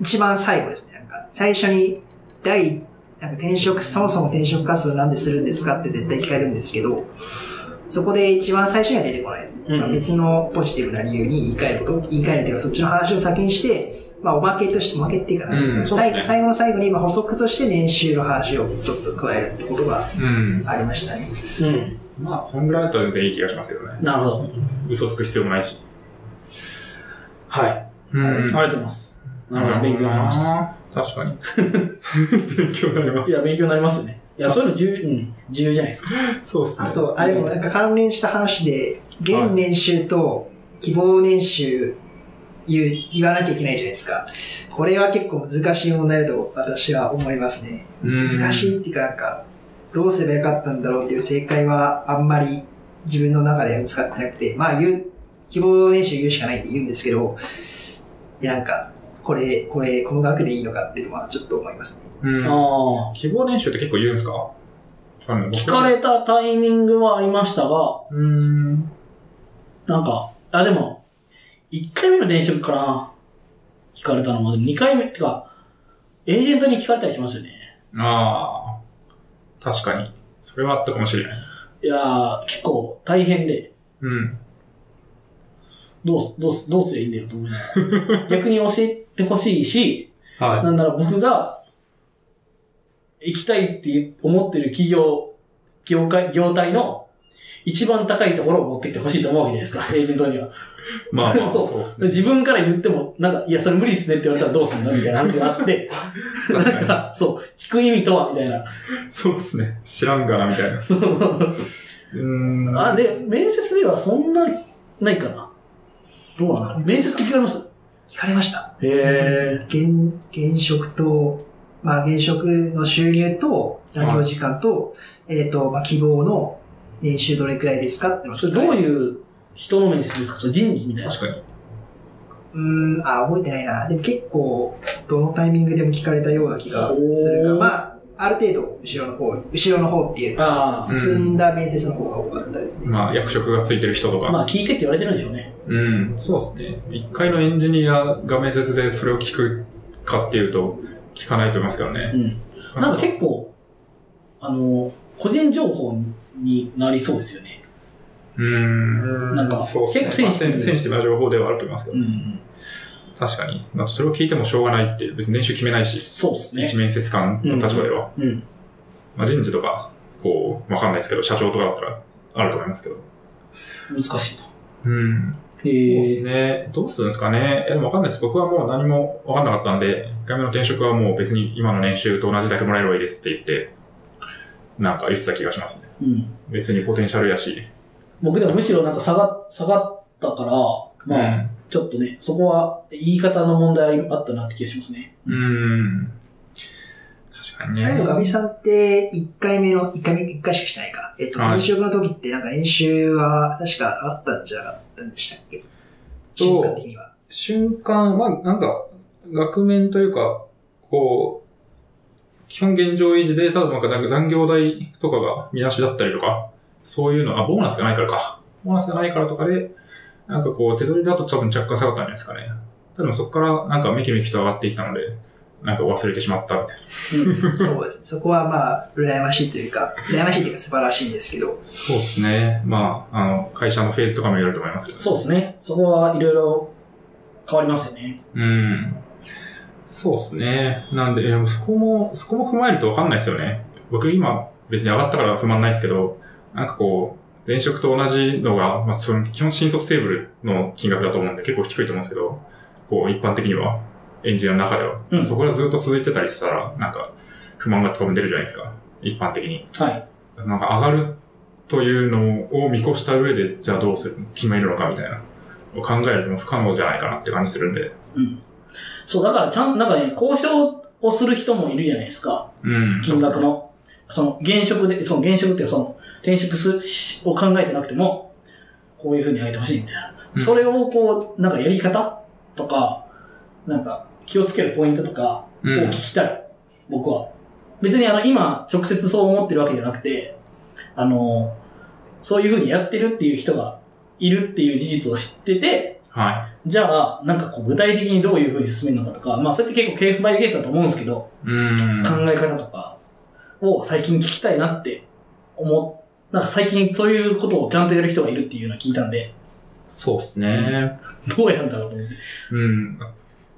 Speaker 3: 一番最後ですね。なんか、最初に、第、なんか転職、そもそも転職活動なんでするんですかって絶対聞かれるんですけど、そこで一番最初には出てこないですね。
Speaker 1: うん
Speaker 3: まあ、別のポジティブな理由に言い換えること、言い換えるというか、そっちの話を先にして、まあ、おまけとして、おまけっていうかな、
Speaker 2: うんそうです
Speaker 3: 最
Speaker 2: ね
Speaker 3: 後最後の最後に、まあ、補足として年収の話をちょっと加えるってことが
Speaker 2: うん。
Speaker 3: ありましたね。
Speaker 1: うん。
Speaker 2: まあ、そんぐらいだったら全然いい気がしますけどね。
Speaker 1: なるほど。
Speaker 2: 嘘つく必要もないし。
Speaker 1: はい。
Speaker 2: う
Speaker 1: ありがとうございます。なるほど、勉強になります。
Speaker 2: ます。確かに。 <laughs> 勉強になりま
Speaker 1: い
Speaker 2: す。
Speaker 1: や、勉強になりますよね。いや、そういうの重,、うん、重要じゃないですか。
Speaker 2: そうですね。
Speaker 3: あと、あれもなんか関連した話で、現年収と希望年収言う言わなきゃいけないじゃないですか。これは結構難しい問題だと私は思いますね。
Speaker 2: うん
Speaker 3: 難しいっていうか、なんか、どうすればよかったんだろうっていう正解はあんまり自分の中では使ってなくて、まあ言う、希望年収言うしかないって言うんですけど、でなんか、これ、これ、この額でいいのかっていうのはちょっと思いますね。
Speaker 2: うん
Speaker 1: ああ。
Speaker 2: 希望練習って結構言うんですか聞
Speaker 1: 聞かれたタイミングはありましたが、
Speaker 2: うん。
Speaker 1: なんか、あ、でも、1回目の転職かな。聞かれたのは、でも2回目、てか、エージェントに聞かれたりしますよね。
Speaker 2: ああ。確かに。それはあったかもしれない。
Speaker 1: いやー、結構大変で、
Speaker 2: うん。
Speaker 1: どうす、どうす、どうすりゃいいんだよと思いなが <laughs> ら逆に教えてほしいし、
Speaker 2: は
Speaker 1: なんなら僕が、行きたいって思ってる企業、業界、業態の一番高いところを持ってきてほしいと思うわけじゃないですか、エージェントには。
Speaker 2: い。まあまあ、
Speaker 1: <laughs> そう
Speaker 2: そうですね。
Speaker 1: 自分から言っても、なんか、いや、それ無理っすねって言われたらどうすんだみたいな話があ <laughs> って、
Speaker 2: 確か
Speaker 1: な
Speaker 2: に
Speaker 1: んか、そう、聞く意味とは、みたい <laughs> な。
Speaker 2: そうですね。知らんがな、みたいな。う
Speaker 1: そう。
Speaker 2: ーん。
Speaker 1: あ、で、面接ではそんな、ないかな。どうなの面接って聞かれました
Speaker 3: 聞かれました。
Speaker 1: へ
Speaker 3: 現現職と、まあ、現職の収入と、残業時間と、えっ、と、まあ、希望の年収どれくらいですかってのを
Speaker 1: そ
Speaker 3: 聞
Speaker 1: れ
Speaker 3: かれ
Speaker 1: ど
Speaker 3: て
Speaker 1: ういう人の面接ですかそれ人事みたいな。
Speaker 2: 確かに。
Speaker 3: うーん、あ、覚えてないな。でも結構、どのタイミングでも聞かれたような気がするが、
Speaker 1: おー
Speaker 3: まあ、ある程度、後ろの方、後ろの方っていう、
Speaker 1: あ
Speaker 3: 進んだ面接の方が多かったですね。
Speaker 2: まあ、役職がついてる人と
Speaker 1: あ、
Speaker 2: か。
Speaker 1: まあ聞いてって言われてるんでしょうね。
Speaker 2: うん、そうですね。一回のエンジニアが面接でそれを聞くかっていうと、聞かないと思いますけどね。
Speaker 1: うん。なんか結構、あの、個人情報になりそうですよね。
Speaker 2: うん。
Speaker 1: なんか
Speaker 2: そうですね。
Speaker 1: 結構センシティブ
Speaker 2: まあセンシティブな情報ではあると思いますけど、
Speaker 1: ん。
Speaker 2: 確かに。まあ、それを聞いてもしょうがないって、別に年収決めないし、
Speaker 1: そうですね
Speaker 2: 一。面接官の立場では。
Speaker 1: うん。
Speaker 2: まあ、人事とか、こう、わかんないですけど、社長とかだったらあると思いますけど。
Speaker 1: 難しいな。
Speaker 2: うん。
Speaker 1: え
Speaker 2: そうです
Speaker 1: ー、
Speaker 2: ね。どうするんですかね。いやでもわかんないです。僕はもう何もわかんなかったんで、1回目の転職はもう別に今の年収と同じだけもらえればいいですって言って、なんか言ってた気がしますね。
Speaker 1: うん。
Speaker 2: 別にポテンシャルやし。
Speaker 1: 僕でもむしろなんか下が、下がったから、まあ、
Speaker 2: あ。
Speaker 1: ちょっとね、そこは言い方の問題あったなって気がしますね。
Speaker 2: うん。確かに
Speaker 3: あれでも、ガ
Speaker 2: ね。
Speaker 3: ミさんって、1回目の、1回目、一回しかしてないか。えっと、
Speaker 2: はい
Speaker 3: 転職の時って、なんか練習は、確かあったんじゃなかったんでしたっけ
Speaker 2: そう
Speaker 3: 瞬間的には。
Speaker 2: 瞬間、まあなんか、額面というか、こう、基本現状維持で、ただなんかなんか残業代とかが見出しだったりとか、そういうの、あ、ボーナスがないからか。ボーナスがないからとかで、なんかこう、手取りだと多分若干下がったんじゃないですかね。多分そこからなんかめきめきと上がっていったので、なんか忘れてしまったみたいな。
Speaker 3: そうですね。そこはまあ、羨ましいというか、羨ましいというか素晴らしいんですけど、
Speaker 2: そうですね。まあ、あの、会社のフェーズとかもいろいろと思いますけど、
Speaker 1: そうですね。そこはいろいろ変わりますよね。
Speaker 2: うん。そうですね。なんで、でもそこも、そこも踏まえると分かんないですよね。僕今別に上がったから不満ないですけど、なんかこう、前職と同じのが、まあ、その基本新卒テーブルの金額だと思うんで結構低いと思うんですけど、こう一般的には、エンジニアの中では。
Speaker 1: うん
Speaker 2: そこがずっと続いてたりしたら、なんか不満が多分出るじゃないですか。一般的に。
Speaker 1: はい。
Speaker 2: なんか上がるというのを見越した上で、じゃあどうする、決めるのかみたいな。を考えるのも不可能じゃないかなって感じするんで。
Speaker 1: うん。そう、だからちゃん、なんかね、交渉をする人もいるじゃないですか。
Speaker 2: うん。
Speaker 1: 金額の。その、現職で、その現職っていうかその、転職すしを考えてなくても、こういう風に上げてほしいみたいな。
Speaker 2: うん
Speaker 1: それをこう、なんかやり方とか、なんか気をつけるポイントとか、
Speaker 2: う
Speaker 1: を
Speaker 2: ん
Speaker 1: 聞きたい、僕は。別にあの、今、直接そう思ってるわけじゃなくて、あの、そういうふうにやってるっていう人がいるっていう事実を知ってて、
Speaker 2: は
Speaker 1: じゃあ、なんかこう、具体的にどういうふうに進めるのかとか、まあ、それって結構ケースバイケースだと思うんですけど、
Speaker 2: い。うん。
Speaker 1: 考え方とかを最近聞きたいなって思う。なんか最近そういうことをちゃんとやる人がいるっていうのは聞いたんで、
Speaker 2: そうですね。
Speaker 1: どうやんだろうと思って。
Speaker 2: うん。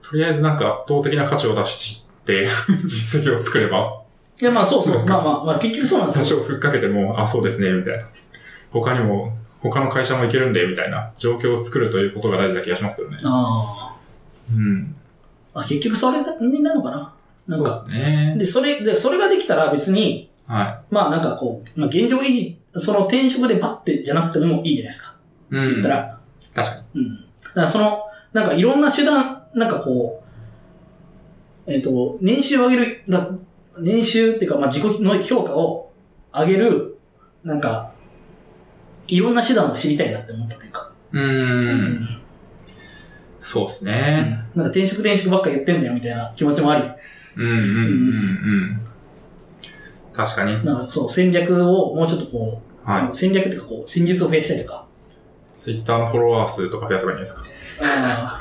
Speaker 2: とりあえずなんか圧倒的な価値を出して、 <laughs> 実績を作れば、
Speaker 1: いや、まあそうそう。まあまあ、まあ結局そうなんです
Speaker 2: 多
Speaker 1: よ。
Speaker 2: 少ふっかけても、あ、そうですね、みたいな。他にも、他の会社もいけるんで、みたいな状況を作るということが大事な気がしますけどね。
Speaker 1: あ
Speaker 2: うん。
Speaker 1: ーあ。結局それになるのかななん
Speaker 2: そう
Speaker 1: か
Speaker 2: で、すね。
Speaker 1: で、それ、で、それができたら別に、
Speaker 2: は
Speaker 1: まあなんかこう、まあ現状維持、その転職でバッてじゃなくてもいいじゃないですか。
Speaker 2: い。うん。
Speaker 1: 言った。ら。
Speaker 2: 確か
Speaker 1: うん。だからその、なんかいろんな手段、なんかこう、えっ、と、年収を上げる、な年収っていうか、まあ自己の評価を上げる、なんか、いろんな手段を知りたいなって思ったというか。
Speaker 2: に。う。。
Speaker 1: うん
Speaker 2: そうですね。
Speaker 1: なんか転職転職ばっか言ってんだよみたいな気持ちもあり。
Speaker 2: うんうんうんうん。確かに。
Speaker 1: なんかそう、戦略をもうちょっとこう、
Speaker 2: はい。
Speaker 1: 戦略っていうかこう、戦術を増やしたり
Speaker 2: <laughs>
Speaker 1: とか。
Speaker 2: ツイッターのフォロワー数とか増やせばいいんじゃないですか。
Speaker 1: あ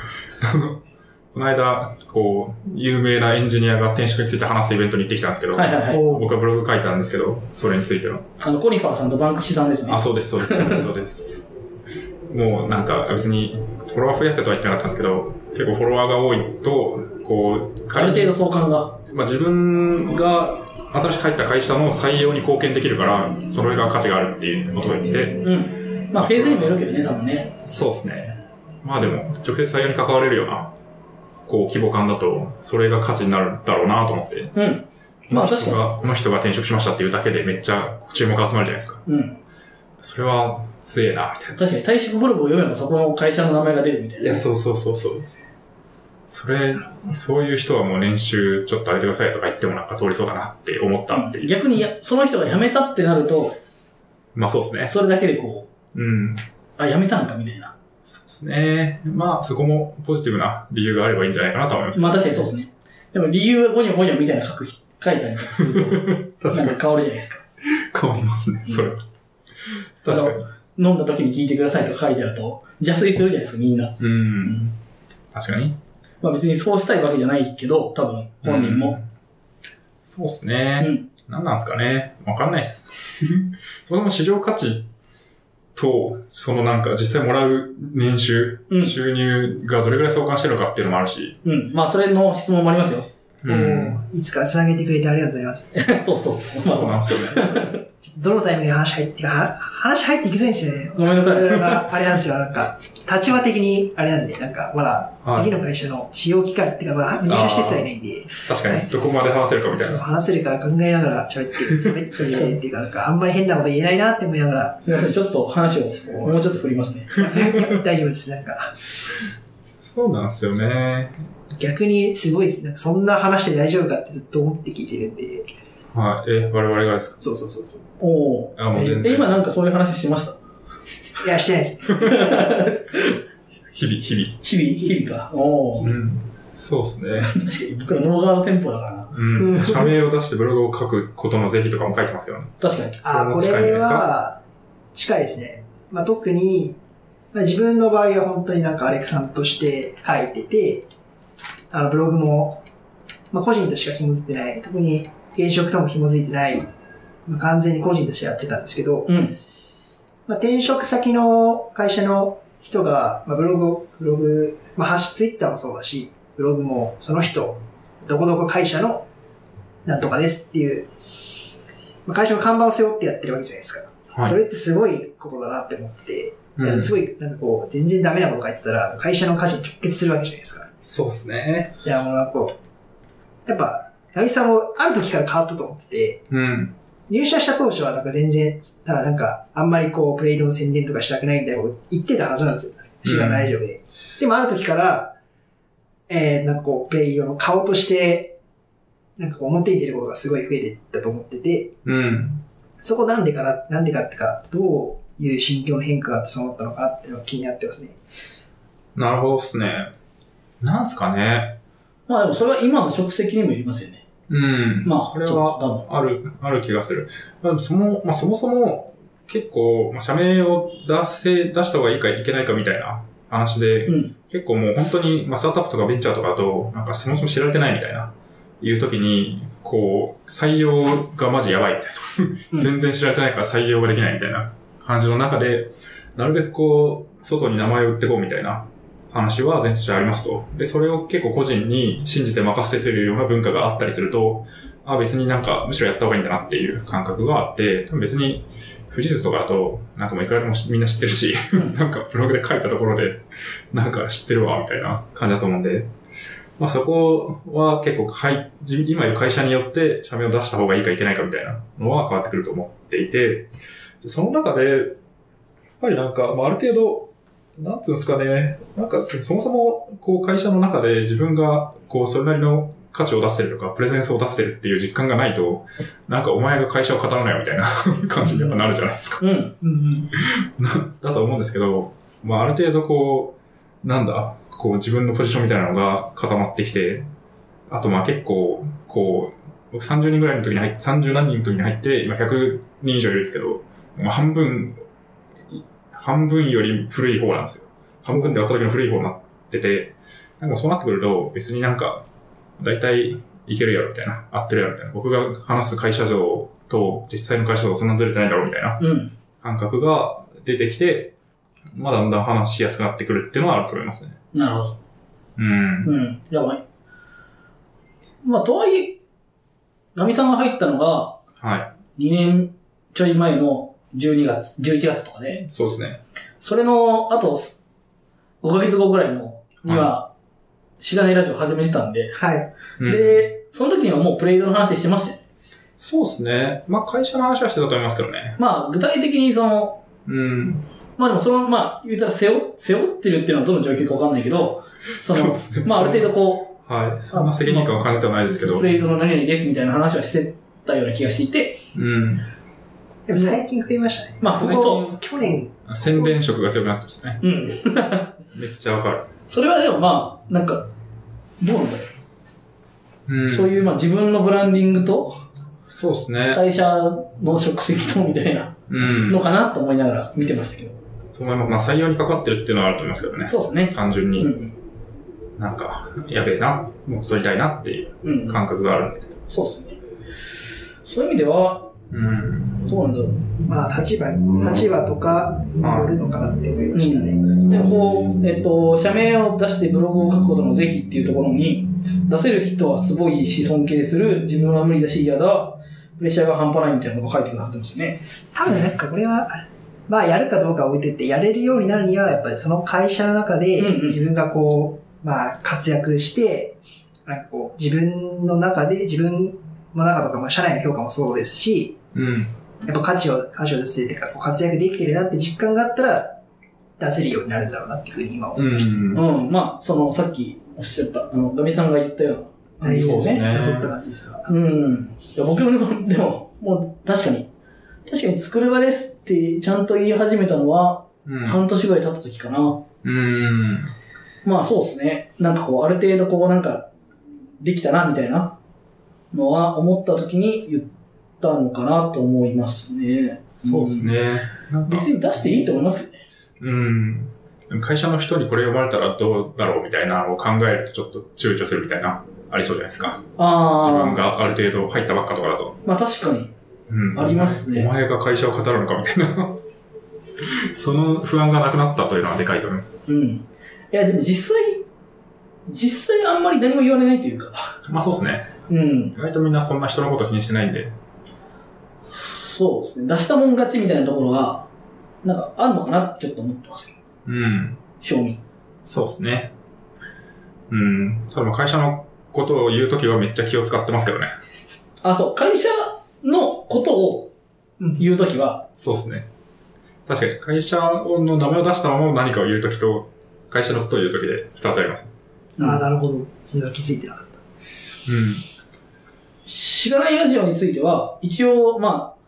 Speaker 2: この間、こう、有名なエンジニアが転職について話すイベントに行ってきたんですけど、
Speaker 1: あ、はいはいはい。
Speaker 3: お
Speaker 2: 僕はブログ書いたんですけど、それについての。
Speaker 1: あの、コニファーさんとバンクシーさんですね。
Speaker 2: あ、そうです、そうです、
Speaker 1: <laughs>
Speaker 2: そうです、そうです。もうなんか別にフォロワー増やせとは言ってなかったんですけど、結構フォロワーが多いと、こう、
Speaker 1: ある程度相関が。
Speaker 2: まあ、自分が新しく入った会社の採用に貢献できるから、それが価値があるっていうことを言ってて、
Speaker 1: うん。まあ、フェーズにもよるけどね、多分ね。
Speaker 2: そうですね。まあでも、直接採用に関われるような、こう、規模感だと、それが価値になるだろうなと思って。
Speaker 1: うん。まあ
Speaker 2: この人がこの人が転職しましたっていうだけでめっちゃ注目が集まるじゃないですか。
Speaker 1: うん。
Speaker 2: それは、強えな、みたい
Speaker 1: 確かに退職ブログを読めばそこの会社の名前が出るみたい
Speaker 2: な。
Speaker 1: な。
Speaker 2: そうそうそうそう。それ、そういう人はもう練習ちょっと上げてくださいとか言ってもなんか通りそうだなって思ったっていう。
Speaker 1: 逆にや、その人が辞めたってなると、
Speaker 2: まあそうですね。
Speaker 1: それだけでこう、
Speaker 2: うん。
Speaker 1: あ、辞めたんかみたいな。
Speaker 2: そうですね。まあそこもポジティブな理由があればいいんじゃないかなと思います。 <laughs>
Speaker 1: まあ確かにそうですね。でも理由はゴニョゴニョみたいな書く、書いたりとかする
Speaker 2: 確か
Speaker 1: と、なん
Speaker 2: に
Speaker 1: か変わるじゃないですか。
Speaker 2: 変わりますね、それは。確かに。
Speaker 1: 飲んだ時に聞いてくださいとか書いてあると、邪推するじゃないですか、みんな。
Speaker 2: うん。確かに。
Speaker 1: まあ別にそうしたいわけじゃないけど、多分、本人
Speaker 2: う
Speaker 1: も。
Speaker 2: ん。そうです
Speaker 1: う
Speaker 2: ね。
Speaker 1: ん。
Speaker 2: 何なんですかねわかんないっす。そもそも市場価値と、そのなんか実際もらう年収、
Speaker 1: うん
Speaker 2: 収入がどれぐらい相関してるのかっていうのもあるし。
Speaker 1: うん。まあそれの質問もありますよ。
Speaker 2: うん。
Speaker 3: おーいつか繋げてくれてありがとうございます。
Speaker 1: そうそうそう。
Speaker 2: そうなんですよね。
Speaker 3: どのタイミングで話入って、は話入っていきづらいんですよね。
Speaker 1: ごめんなさい。
Speaker 3: だからあれなんですよ、なんか、立場的に、あれなんで、なんか、まだ、
Speaker 2: はい
Speaker 3: 次の会社の使用機会っていうか、まあ、入社してさえないんで、
Speaker 2: 確かに、どこまで話せるかみたい
Speaker 3: そう
Speaker 2: な。
Speaker 3: 話せるから考えながら喋って、喋ってねっていう
Speaker 2: <laughs>
Speaker 3: か、なんか、あんまり変なこと言えないなって思いながら、 <laughs>
Speaker 1: すいません、ちょっと話を、もうちょっと振りますね。
Speaker 3: 大丈夫です。なんか、
Speaker 2: そうなんですよね。
Speaker 3: 逆にすごいです。なんか、そんな話で大丈夫かってずっと思って聞いてるんで、
Speaker 2: はい。え、我々がですか
Speaker 3: そうそうそうそう。
Speaker 1: おお。
Speaker 2: あ、もう全
Speaker 1: え、
Speaker 2: 然。
Speaker 1: 今なんかそういう話してました
Speaker 3: いや、してないです。
Speaker 2: 日々、日
Speaker 1: 日々、日々か。おお。
Speaker 2: 々。うん。そうですね。
Speaker 1: 確かに、僕らノーガード戦法だからな。
Speaker 2: うん。社名を出してブログを書くことの是非とかも書いてますけどね。
Speaker 1: 確かに。
Speaker 3: あー、こ
Speaker 2: それも近
Speaker 3: れ
Speaker 2: いんじゃないです
Speaker 3: は、近いですね。まあ、特に、まあ、自分の場合は本当になんかアレクさんとして書いてて、あの、ブログも、まあ、個人としか紐づいてない、特に現職とも紐づいてない、まあ、完全に個人としてやってたんですけど、
Speaker 1: うん。
Speaker 3: まあ、転職先の会社の人が、まあ、ブログを、ブログ、まあ、ハッシュツイッターもそうだし、ブログもその人、どこどこ会社のなんとかですっていう、まあ、会社の看板を背負ってやってるわけじゃないですか。
Speaker 2: はい
Speaker 3: それってすごいことだなって思って、
Speaker 2: うん。
Speaker 3: すごいなんかこう、全然ダメなこと書いてたら、会社の価値に直結するわけじゃないですか。
Speaker 2: そうですね。
Speaker 3: いや、もうなんかこう、やっぱ、八木さんもある時から変わったと思ってて、
Speaker 2: うん。
Speaker 3: 入社した当初はなんか全然、ただなんか、あんまりこう、プレイドの宣伝とかしたくないみたいなこと言ってたはずなんですよ。知らない上で。でもある時から、えー、なんかこう、プレイドの顔として、なんかこう、表に出ることがすごい増えてったと思ってて、
Speaker 2: うん。
Speaker 3: そこなんでかな、なんでかってか、どういう心境の変化があってそう思ったのかっていうのが気になってますね。
Speaker 2: なるほどっすね。なんすかね。
Speaker 1: まあでもそれは今の職責にもいりますよね。
Speaker 2: うん。
Speaker 1: まあ、
Speaker 2: それ
Speaker 1: ちょ
Speaker 2: は
Speaker 1: っと多分。
Speaker 2: ある、ある気がする。まあ、でもそも、まあ、そもそも、結構、まあ、社名を出せ、出した方がいいかいけないかみたいな話で、
Speaker 1: うん
Speaker 2: 結構もう本当に、まあ、スタートアップとかベンチャーとかだと、なんかそもそも知られてないみたいな、いう時に、こう、採用がマジやばいみたい
Speaker 1: うん
Speaker 2: な。全然知られてないから採用ができないみたいな感じの中で、なるべくこう、外に名前を売ってこうみたいな話は前提としてありますと。で、それを結構個人に信じて任せてるような文化があったりすると、あ、別になんか、むしろやった方がいいんだなっていう感覚があって、多分別に、富士通とかだと、なんかもういくらでもしみんな知ってるし、 <laughs> なんかブログで書いたところで、なんか知ってるわ、みたいな感じだと思うんで、まあそこは結構、はい、自今いる会社によって社名を出した方がいいかいけないかみたいなのは変わってくると思っていて、でその中で、やっぱりなんか、まあある程度、なんつうんですかね、なんか、そもそも、こう会社の中で自分が、こうそれなりの価値を出してるとか、プレゼンスを出してるっていう実感がないと、なんかお前が会社を語らないみたいな <laughs> 感じにやっぱなるじゃないですか。
Speaker 1: うん。
Speaker 3: うんうん。
Speaker 2: なだと思うんですけど、まあ、ある程度こう、なんだ、こう自分のポジションみたいなのが固まってきて、あとまあ結構、こう、僕30人ぐらいの時に入って、30何人の時に入って、今100人以上いるんですけど、まあ、半分、い半分より古い方なんですよ。半分で働きの古い方になってて、なんかそうなってくると、別になんか、大体いけるやろみたいな、合ってるやろみたいな、僕が話す会社像と実際の会社像はそんなずれてないだろうみたいな
Speaker 1: うん。
Speaker 2: 感覚が出てきて、まあ、だんだん話しやすくなってくるっていうのはあると思いますね。
Speaker 1: なるほど。
Speaker 2: うん。
Speaker 1: うん。やばい。まあ、とはいえ、ガミさんが入ったのが
Speaker 2: は
Speaker 1: 2年ちょい前の12月、11月とかで、
Speaker 2: い。そうですね。
Speaker 1: それの、あと、5ヶ月後ぐらいの、には、しがないラジオ始めてたんで、
Speaker 3: はい。
Speaker 2: うん、
Speaker 1: で、その時にはもうプレイドの話してましたよね。
Speaker 2: そうですね。まあ、会社の話はしてたと思いますけどね。
Speaker 1: まあ、具体的にその、
Speaker 2: うん。
Speaker 1: まあでもその、まあ言うたら背負背負ってるっていうのはどの状況かわかんないけど、その、
Speaker 2: ですね
Speaker 1: まあある程度こう、
Speaker 2: はい。そんな責任感を感じてはないですけど。
Speaker 1: プレイドの何々ですみたいな話はしてたような気がしていて、
Speaker 2: うん。
Speaker 3: でも最近増えましたね。
Speaker 1: まあ
Speaker 3: こ
Speaker 1: そ
Speaker 3: こ、去年、
Speaker 2: 宣伝色が強くなってますね。
Speaker 1: うん。
Speaker 2: めっちゃわかる。
Speaker 1: それはでもまあ、なんか、どうなんだろ
Speaker 2: うん。
Speaker 1: う。そう
Speaker 2: う。
Speaker 1: いうまあ自分のブランディングと、
Speaker 2: そうですね。
Speaker 1: 会社の職責とみたいな
Speaker 2: うん。
Speaker 1: のかなと思いながら見てましたけど。
Speaker 2: と思います。まあ、採用にかかってるっていうのはあると思いますけどね。
Speaker 1: そうですね。
Speaker 2: 単純
Speaker 1: う
Speaker 2: に、
Speaker 1: ん。
Speaker 2: なんか、やべえな、もっと取りたいなっていう
Speaker 1: うん。
Speaker 2: 感覚があるんで。
Speaker 1: そうですね。そういう意味では、
Speaker 2: うん。
Speaker 1: どうなんだろう。
Speaker 3: まあ立場に、立場とかによるのかなって思いましたね。
Speaker 1: でもこう、えっと、社名を出してブログを書くことの是非っていうところに、出せる人はすごいし尊敬する、自分は無理だし嫌だ、プレッシャーが半端ないみたいなことを書いてくださってましたね。
Speaker 3: 多分なんかこれは、まあやるかどうかは置いてって、やれるようになるには、やっぱりその会社の中で
Speaker 1: うんうん
Speaker 3: 自分がこう、まあ活躍して、なんかこう、自分の中で、自分の中とか、まあ社内の評価もそうですし、
Speaker 2: うん。
Speaker 3: やっぱ価値を、価値を出せていうか、こう活躍できてるなって実感があったら、出せるようになるんだろうなっていうふうに今思
Speaker 2: う
Speaker 3: いました。
Speaker 2: ん。
Speaker 1: うん。まあ、その、さっきおっしゃった、あの、ガミさんが言ったよ
Speaker 3: 大事ですね。
Speaker 2: そうですね
Speaker 3: そういった感じですわ
Speaker 1: うな。うん。いや、僕もでも、でも、もう確かに、確かに作る場ですってちゃんと言い始めたのは、
Speaker 2: うん。
Speaker 1: 半年ぐらい経った時かな。
Speaker 2: うん。
Speaker 1: まあそうですね。なんかこう、ある程度こう、なんか、できたな、みたいなのは思った時に言ったのかなと思いますね。
Speaker 2: そうですね。なん
Speaker 1: うん。
Speaker 2: か
Speaker 1: 別に出していいと思いますけどね。
Speaker 2: うん。会社の人にこれ呼ばれたらどうだろうみたいなのを考えるとちょっと躊躇するみたいな、ありそうじゃないですか。
Speaker 1: ああ。
Speaker 2: 自分。がある程度入ったばっかとかだと。
Speaker 1: まあ確かに。
Speaker 2: うん
Speaker 1: ありますね
Speaker 2: お前が会社を語るのかみたいな。 <laughs> その不安がなくなったというのはでかいと思います。
Speaker 1: うん。いや、でも実際、実際あんまり何も言われないというか。
Speaker 2: まあそうですね。
Speaker 1: うん。
Speaker 2: 意外とみんなそんな人のこと気にしてないんで。
Speaker 1: そうですね。出したもん勝ちみたいなところが、なんかあるのかなってちょっと思ってますけ
Speaker 2: う
Speaker 1: ど。
Speaker 2: ん。
Speaker 1: 賞味。
Speaker 2: そうですね。うん。ただまあ会社のことを言うときはめっちゃ気を使ってますけどね。
Speaker 1: あ、そう。会社のことを言うときは、
Speaker 2: そうですね。確かに会社の名前を出したまま何かを言うときと、会社のことを言うときで2つあります。
Speaker 3: ああ、
Speaker 1: うん
Speaker 3: なるほど。それは気づいてなかった。
Speaker 1: しがないラジオについては、一応、まあ、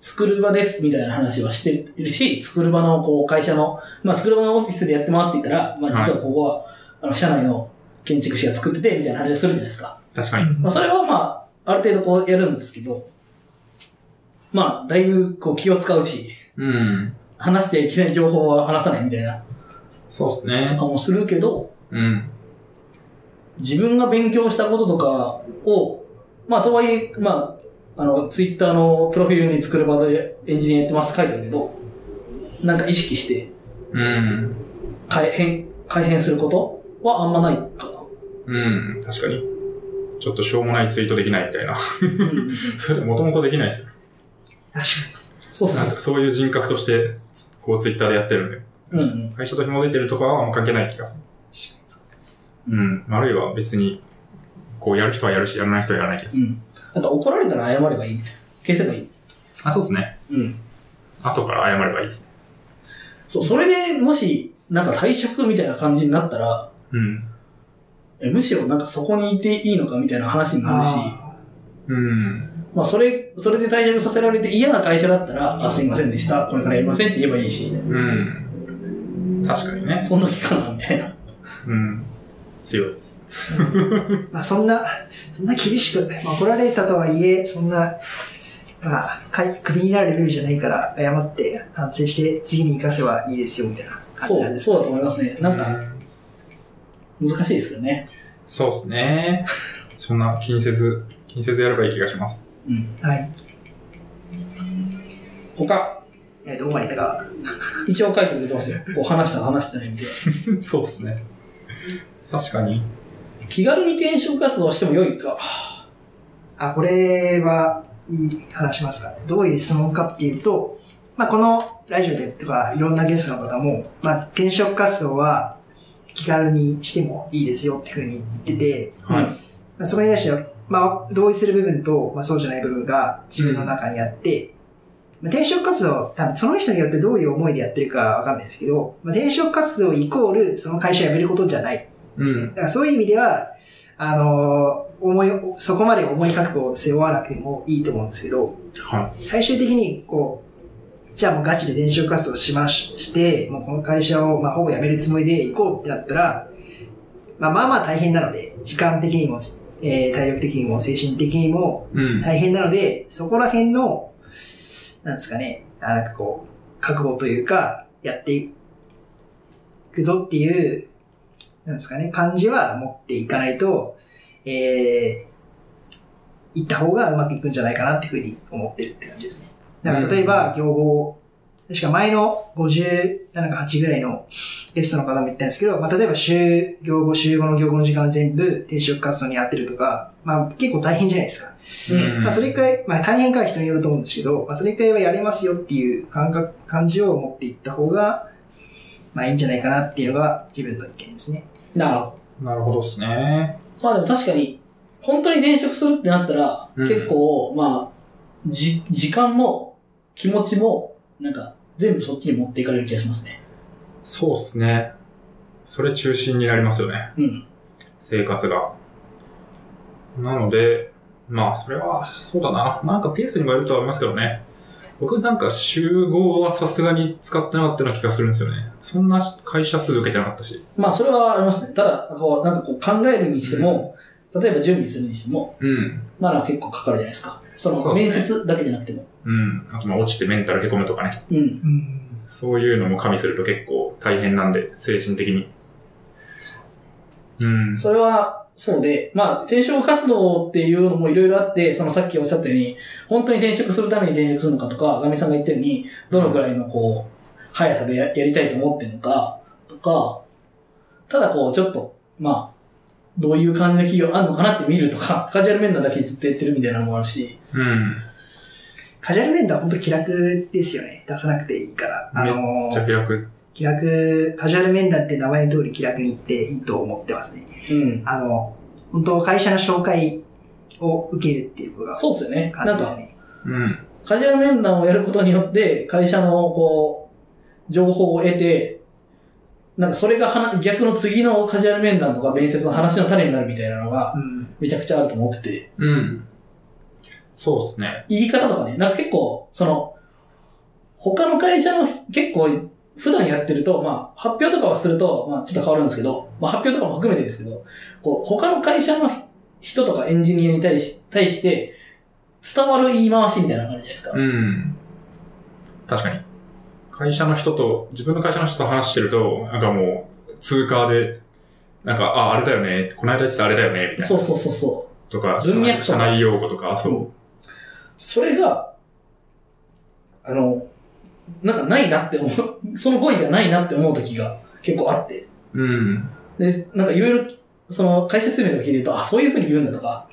Speaker 1: 作る場ですみたいな話はしてるし、作る場のこう会社の、まあ作る場のオフィスでやってますって言ったら、まあ実はここは、あの社内の建築士が作っててみたいな話をするじゃないですか。
Speaker 2: うん。確かに。
Speaker 1: まあそれはまあ、ある程度こうやるんですけど、まあだいぶこう気を使うし、
Speaker 2: うん。
Speaker 1: 話していきなり情報は話さないみたいな
Speaker 2: そうです
Speaker 1: と
Speaker 2: ね。
Speaker 1: かもするけど、
Speaker 2: うん。
Speaker 1: 自分が勉強したこととかを、まあ、とはいえ、まあ、あの、ツイッターのプロフィールに作る場でエンジニアやってますって書いてあるけど、なんか意識して
Speaker 2: うん。
Speaker 1: 改変、改変することはあんまないかな。
Speaker 2: うん。確かに。ちょっとしょうもないツイートできないみたいな。 <laughs>
Speaker 1: うん
Speaker 2: それもともとできないです。
Speaker 3: 確
Speaker 1: そうっ
Speaker 2: なん
Speaker 1: す
Speaker 2: かそういう人格として、こうツイッターでやってるんで。
Speaker 1: ね。うん。
Speaker 2: 会社と紐づいてるとかはあんま関係ない気がす
Speaker 3: かに。そうです
Speaker 2: る。うん。あるいは別に、こうやる人はやるし、やらない人はやらない気がす
Speaker 1: う
Speaker 2: る。
Speaker 1: ん。あと怒られたら謝ればいい。消せばいい。
Speaker 2: あ、そうですね。
Speaker 1: うん。
Speaker 2: 後から謝ればいいですね。
Speaker 1: そう、それでもし、なんか退職みたいな感じになったら、
Speaker 2: うん。
Speaker 1: えむしろなんかそこにいていいのかみたいな話になるし、
Speaker 3: あ
Speaker 2: うん。
Speaker 1: まあ、それ、それで退職させられて嫌な会社だったら、あ、すいませんでした、これからやりませんって言えばいいし、
Speaker 2: うん。確かにね。
Speaker 1: そんな気かな、みたいな。
Speaker 2: うん。強い。
Speaker 3: ーまあ、そんな、そんな厳しく、まあ、怒られたとはいえ、そんな、まあ、かいクビになるレベルじゃないから、謝って、反省して、次に生かせばいいですよ、みたいな感じ
Speaker 1: そ
Speaker 3: なん
Speaker 1: う、
Speaker 3: です。
Speaker 1: そうだと思いますね。なん
Speaker 2: う
Speaker 1: か、難しいですけどね。
Speaker 2: そうですね。 <laughs> そんな気にせず、気にせずやればいい気がします。 <laughs>
Speaker 1: うん。
Speaker 3: はい。
Speaker 1: 他、
Speaker 3: えーどうまでいったか。
Speaker 1: 一応書いてくれてますよ。こう話した話してないみたいな。
Speaker 2: そうですね。確かに。
Speaker 1: 気軽に転職活動しても良いか。
Speaker 3: あ、これは、いい話しますか。どういう質問かっていうと、まあ、このラジオでとか、いろんなゲストの方も、まあ、転職活動は気軽にしてもいいですよっていうふうに言ってて、
Speaker 2: はい。
Speaker 3: まあ、そこに対しては、まあ、同意する部分と、まあ、そうじゃない部分が自分の中にあって、まあ、転職活動、多分その人によってどういう思いでやってるかわかんないですけど、まあ、転職活動イコールその会社を辞めることじゃないですねだからそういう意味では、あのー思い、そこまで重い覚悟を背負わなくてもいいと思うんですけど、
Speaker 2: は
Speaker 3: 最終的に、こう、じゃあもうガチで転職活動しましして、もうこの会社を、まあ、ほぼ辞めるつもりで行こうってなったら、まあ、まあまあ大変なので、時間的にも、えー体力的にも、精神的にも、
Speaker 2: い。うん。
Speaker 3: 大変なので、そこら辺の、なんですかね、あなんかこう、覚悟というか、やっていくぞっていう、なんですかね、感じは持っていかないと、えー、いった方がうまくいくんじゃないかなっていうふうに思ってるって感じですね。だから例えば、競合、確か前の57か8ぐらいのゲストの方も言ったんですけど、まあ、例えば週、業後、週後の業後の時間全部転職活動にやってるとか、まあ結構大変じゃないですか。
Speaker 2: うん
Speaker 3: まあ、それくらい、まあ、大変かは人によると思うんですけど、まあ、それくらいはやれますよっていう感覚、感じを持っていった方が、まあ、いいんじゃないかなっていうのが自分の意見ですね。
Speaker 1: なるほど。
Speaker 2: なるほどですね。
Speaker 1: まあでも確かに、本当に転職するってなったら、
Speaker 2: うん
Speaker 1: 結構、まあ、じ、時間も、気持ちも、なんか、全部そっちに持っていかれる気がしますね。
Speaker 2: そうですね。それ中心になりますよね。
Speaker 1: うん。
Speaker 2: 生活が。なので、まあ、それは、そうだな。なんかペースにもよるとは思いますけどね。僕なんか集合はさすがに使ってなかったような気がするんですよね。そんな会社数受けてなかったし。
Speaker 1: まあ、それはありますね。ただ、こう、なんかこう、考えるにしても、例えば準備するにしても、
Speaker 2: うん。
Speaker 1: まあ、なんか結構かかるじゃないですか。そ
Speaker 2: そ
Speaker 1: の、
Speaker 2: うで
Speaker 1: 面
Speaker 2: すね
Speaker 1: 接だけじゃなくても。
Speaker 2: うん。あと、まあ、落ちてメンタルへこむとかね。
Speaker 1: うん。
Speaker 3: うん。
Speaker 2: そういうのも加味すると結構大変なんで、精神的に。
Speaker 3: そうですね。
Speaker 2: うん。
Speaker 1: それは、そうで、まあ、転職活動っていうのもいろいろあって、そのさっきおっしゃったように、本当に転職するために転職するのかとか、ガミさんが言ったように、どのくらいのこう、速さでややりたいと思ってるのか、とか、ただこう、ちょっと、まあ、どういう感じの企業あるのかなって見るとか、カジュアル面談だけずっとやってるみたいなのもあるし、
Speaker 2: うん。
Speaker 3: カジュアル面談は本当気楽ですよね。出さなくていいから。あ
Speaker 2: め
Speaker 3: の
Speaker 2: っちゃ
Speaker 3: ー
Speaker 2: 気楽。
Speaker 3: 気楽、カジュアル面談って名前の通り気楽に言っていいと思ってますね。
Speaker 1: うん。
Speaker 3: あの、本当会社の紹介を受けるっていうことが
Speaker 1: そうっすよね。な
Speaker 3: 感
Speaker 1: ん
Speaker 3: じです
Speaker 1: か、
Speaker 3: ね。
Speaker 2: うん。
Speaker 1: カジュアル面談をやることによって、会社の、こう、情報を得て、なんかそれがはな逆の次のカジュアル面談とか面接の話の種になるみたいなのが、
Speaker 3: うん。
Speaker 1: めちゃくちゃあると思ってて、
Speaker 2: うん。そうですね。
Speaker 1: 言い方とかね、なんか結構、その、他の会社の結構、普段やってると、まあ、発表とかはすると、まあ、ちょっと変わるんですけど、まあ、発表とかも含めてですけど、こう、他の会社の人とかエンジニアに対し、対して、伝わる言い回しみたいなのがあるじゃないですか。
Speaker 2: うん。確かに。会社の人と、自分の会社の人と話してると、なんかもう、通過で、なんか、あ、あれだよね、この間実はあれだよね、みたい
Speaker 1: <laughs> そう
Speaker 2: な。
Speaker 1: そうそうそう。
Speaker 2: とか、
Speaker 1: 文脈とか
Speaker 2: 社内用語とか、そ
Speaker 1: それが、あの、なんかないなって思う、 <laughs> その語彙がないなって思う時が結構あって。
Speaker 2: う。うん。
Speaker 1: で、なんかいろいろ、その解説明とか聞いてると、あ、そういう風に言うんだとか、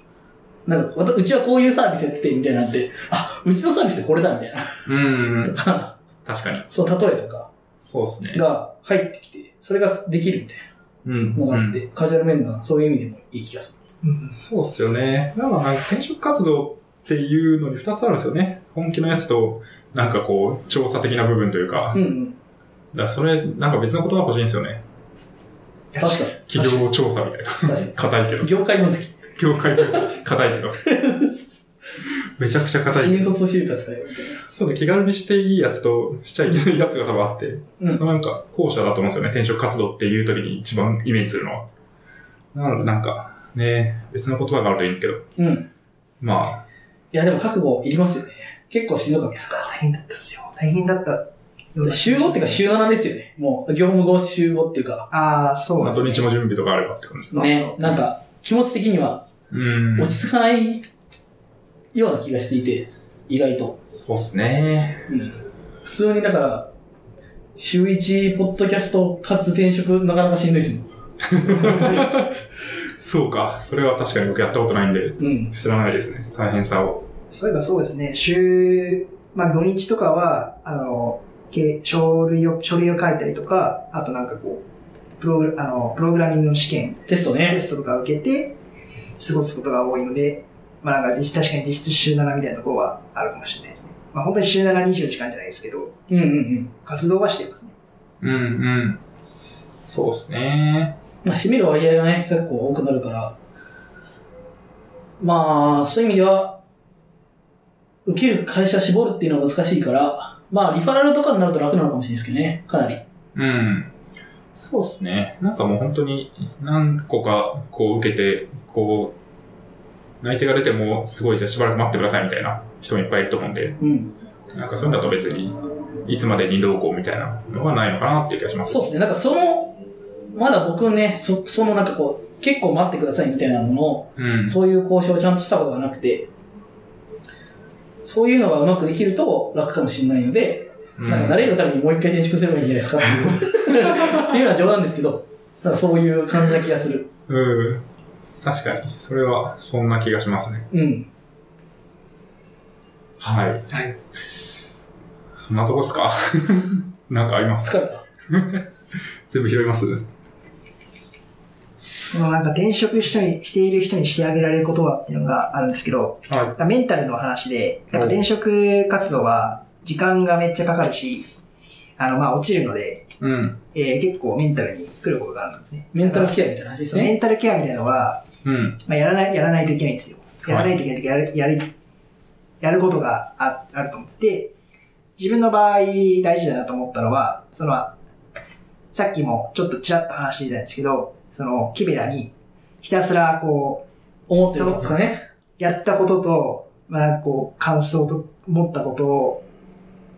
Speaker 1: なんか、わたうちはこういうサービスやってて、みたいなんで、あ、うちのサービスってこれだ、みたいな。
Speaker 2: うん。
Speaker 1: とか、
Speaker 2: 確かに。
Speaker 1: <laughs> その例えとか
Speaker 2: そうですね。
Speaker 1: が入ってきて、それができるみたい
Speaker 2: うん。
Speaker 1: なのがあっ
Speaker 2: う
Speaker 1: て、
Speaker 2: ん
Speaker 1: カジュアル面談、そういう意味でもいい気がす
Speaker 3: う
Speaker 1: る。
Speaker 3: ん
Speaker 2: そうっすよね。だからなんか転職活動っていうのに2つあるんですよね。本気のやつと、なんかこう、調査的な部分というか。
Speaker 1: う
Speaker 2: だか
Speaker 1: んうん。
Speaker 2: らそれ、なんか別の言葉欲しいんですよね。
Speaker 1: 確か
Speaker 2: 企業調査みたいな。
Speaker 1: に。確か
Speaker 2: 硬いけど <laughs>
Speaker 1: <laughs> に。。業界分析。
Speaker 2: 業界分析、硬いけど。めちゃくちゃ硬
Speaker 1: 新
Speaker 2: い。
Speaker 1: 卒就活かよ、みたい
Speaker 2: そうね、気軽にしていいやつと、しちゃいけないやつが多分あって、
Speaker 1: うん
Speaker 2: そのなんか、後者だと思うんですよね。転職活動っていう時に一番イメージするのは。なので、なんか、ね、別の言葉があるといいんですけど、
Speaker 1: な。うん。
Speaker 2: まあ、
Speaker 1: いや、でも覚悟いりますよね。結構しんどかったですか
Speaker 3: 大変だったっすよ。大変だった。
Speaker 1: で週5っていうか週7ですよね。もう、業務後週5っていうか、
Speaker 3: ああ、そう
Speaker 2: ま
Speaker 3: で
Speaker 2: あ
Speaker 3: す
Speaker 2: 土
Speaker 3: ね。
Speaker 2: 日も準備とかあればって感じですか。
Speaker 3: そう
Speaker 1: ね
Speaker 3: で、すね
Speaker 1: なんか、気持ち的には
Speaker 2: うん
Speaker 1: 落。ち着かないような気がしていて、意外と。
Speaker 2: そうっすね。
Speaker 1: 普通にだから、週1ポッドキャストかつ転職なかなかしんどいですもん。
Speaker 2: そうか。それは確かに僕やったことないんで、
Speaker 1: うん。
Speaker 2: 知らないですね。大変さを。
Speaker 3: そういえばそうですね。週、まあ土日とかは、あの、け書類を、書類を書いたりとか、あとなんかこう、プログラあのプログラミングの試験、
Speaker 1: テスト
Speaker 3: テ
Speaker 1: ね。
Speaker 3: ストとか受けて、過ごすことが多いので、まあなんか実確かに実質週7みたいなところはあるかもしれないですね。まあ本当に週7、24時間じゃないですけど、
Speaker 1: うんうんうん。
Speaker 3: 活動はしてますね。
Speaker 2: うんうん。そうですね。
Speaker 1: まあ、占める割合がね、結構多くなるから、まあ、そういう意味では、受ける会社絞るっていうのは難しいから、まあ、リファラルとかになると楽なのかもしれないですけどね、かなり。
Speaker 2: うん。そうですね。なんかもう本当に何個かこう受けて、こう、内定が出てもすごいじゃあしばらく待ってくださいみたいな人もいっぱいいると思うんで、
Speaker 1: うん。
Speaker 2: なんかそういうのだと別に、いつまでにどうこうみたいなのはないのかなっていう気がします。
Speaker 1: そうですね、なんかその、まだ僕ね、そそのなんかこう、結構待ってくださいみたいなものを、
Speaker 2: うん。
Speaker 1: そういう交渉をちゃんとしたことがなくて、そういうのがうまくできると楽かもしれないので、
Speaker 2: うん
Speaker 1: なんか慣れるためにもう一回転職すればいいんじゃないですかっていう <laughs> っていうのは冗談ですけど、なんかそういう感じな気がする。
Speaker 2: うん。確かに、それはそんな気がしますね。
Speaker 1: うん。
Speaker 2: はい。
Speaker 3: はい。
Speaker 2: そんなとこっすか <laughs> なんかあります
Speaker 1: 疲れた。
Speaker 2: 全部拾います
Speaker 3: このなんか転職したりしている人にしてあげられることはっていうのがあるんですけど、
Speaker 2: は
Speaker 3: メンタルの話で、やっぱ転職活動は時間がめっちゃかかるし、あの、まあ落ちるので、
Speaker 2: い。うん。
Speaker 3: えー結構メンタルに来ることがあるんですね。
Speaker 1: メンタル
Speaker 3: だか
Speaker 1: ケアみたいな話です
Speaker 3: らメ
Speaker 1: ね。
Speaker 3: ンタルケアみたいなのは、
Speaker 2: うん。
Speaker 3: まあ、やらない、やらないといけないんですよ。やらないといけないというかやる、やる、やることがああると思ってて、自分の場合大事だなと思ったのは、その、さっきもちょっとちらっと話してたんですけど、その、キベラにひたすらこう、
Speaker 1: 思ってることですかね。
Speaker 3: やったことと、まあ、なんかこう、感想と思ったことを、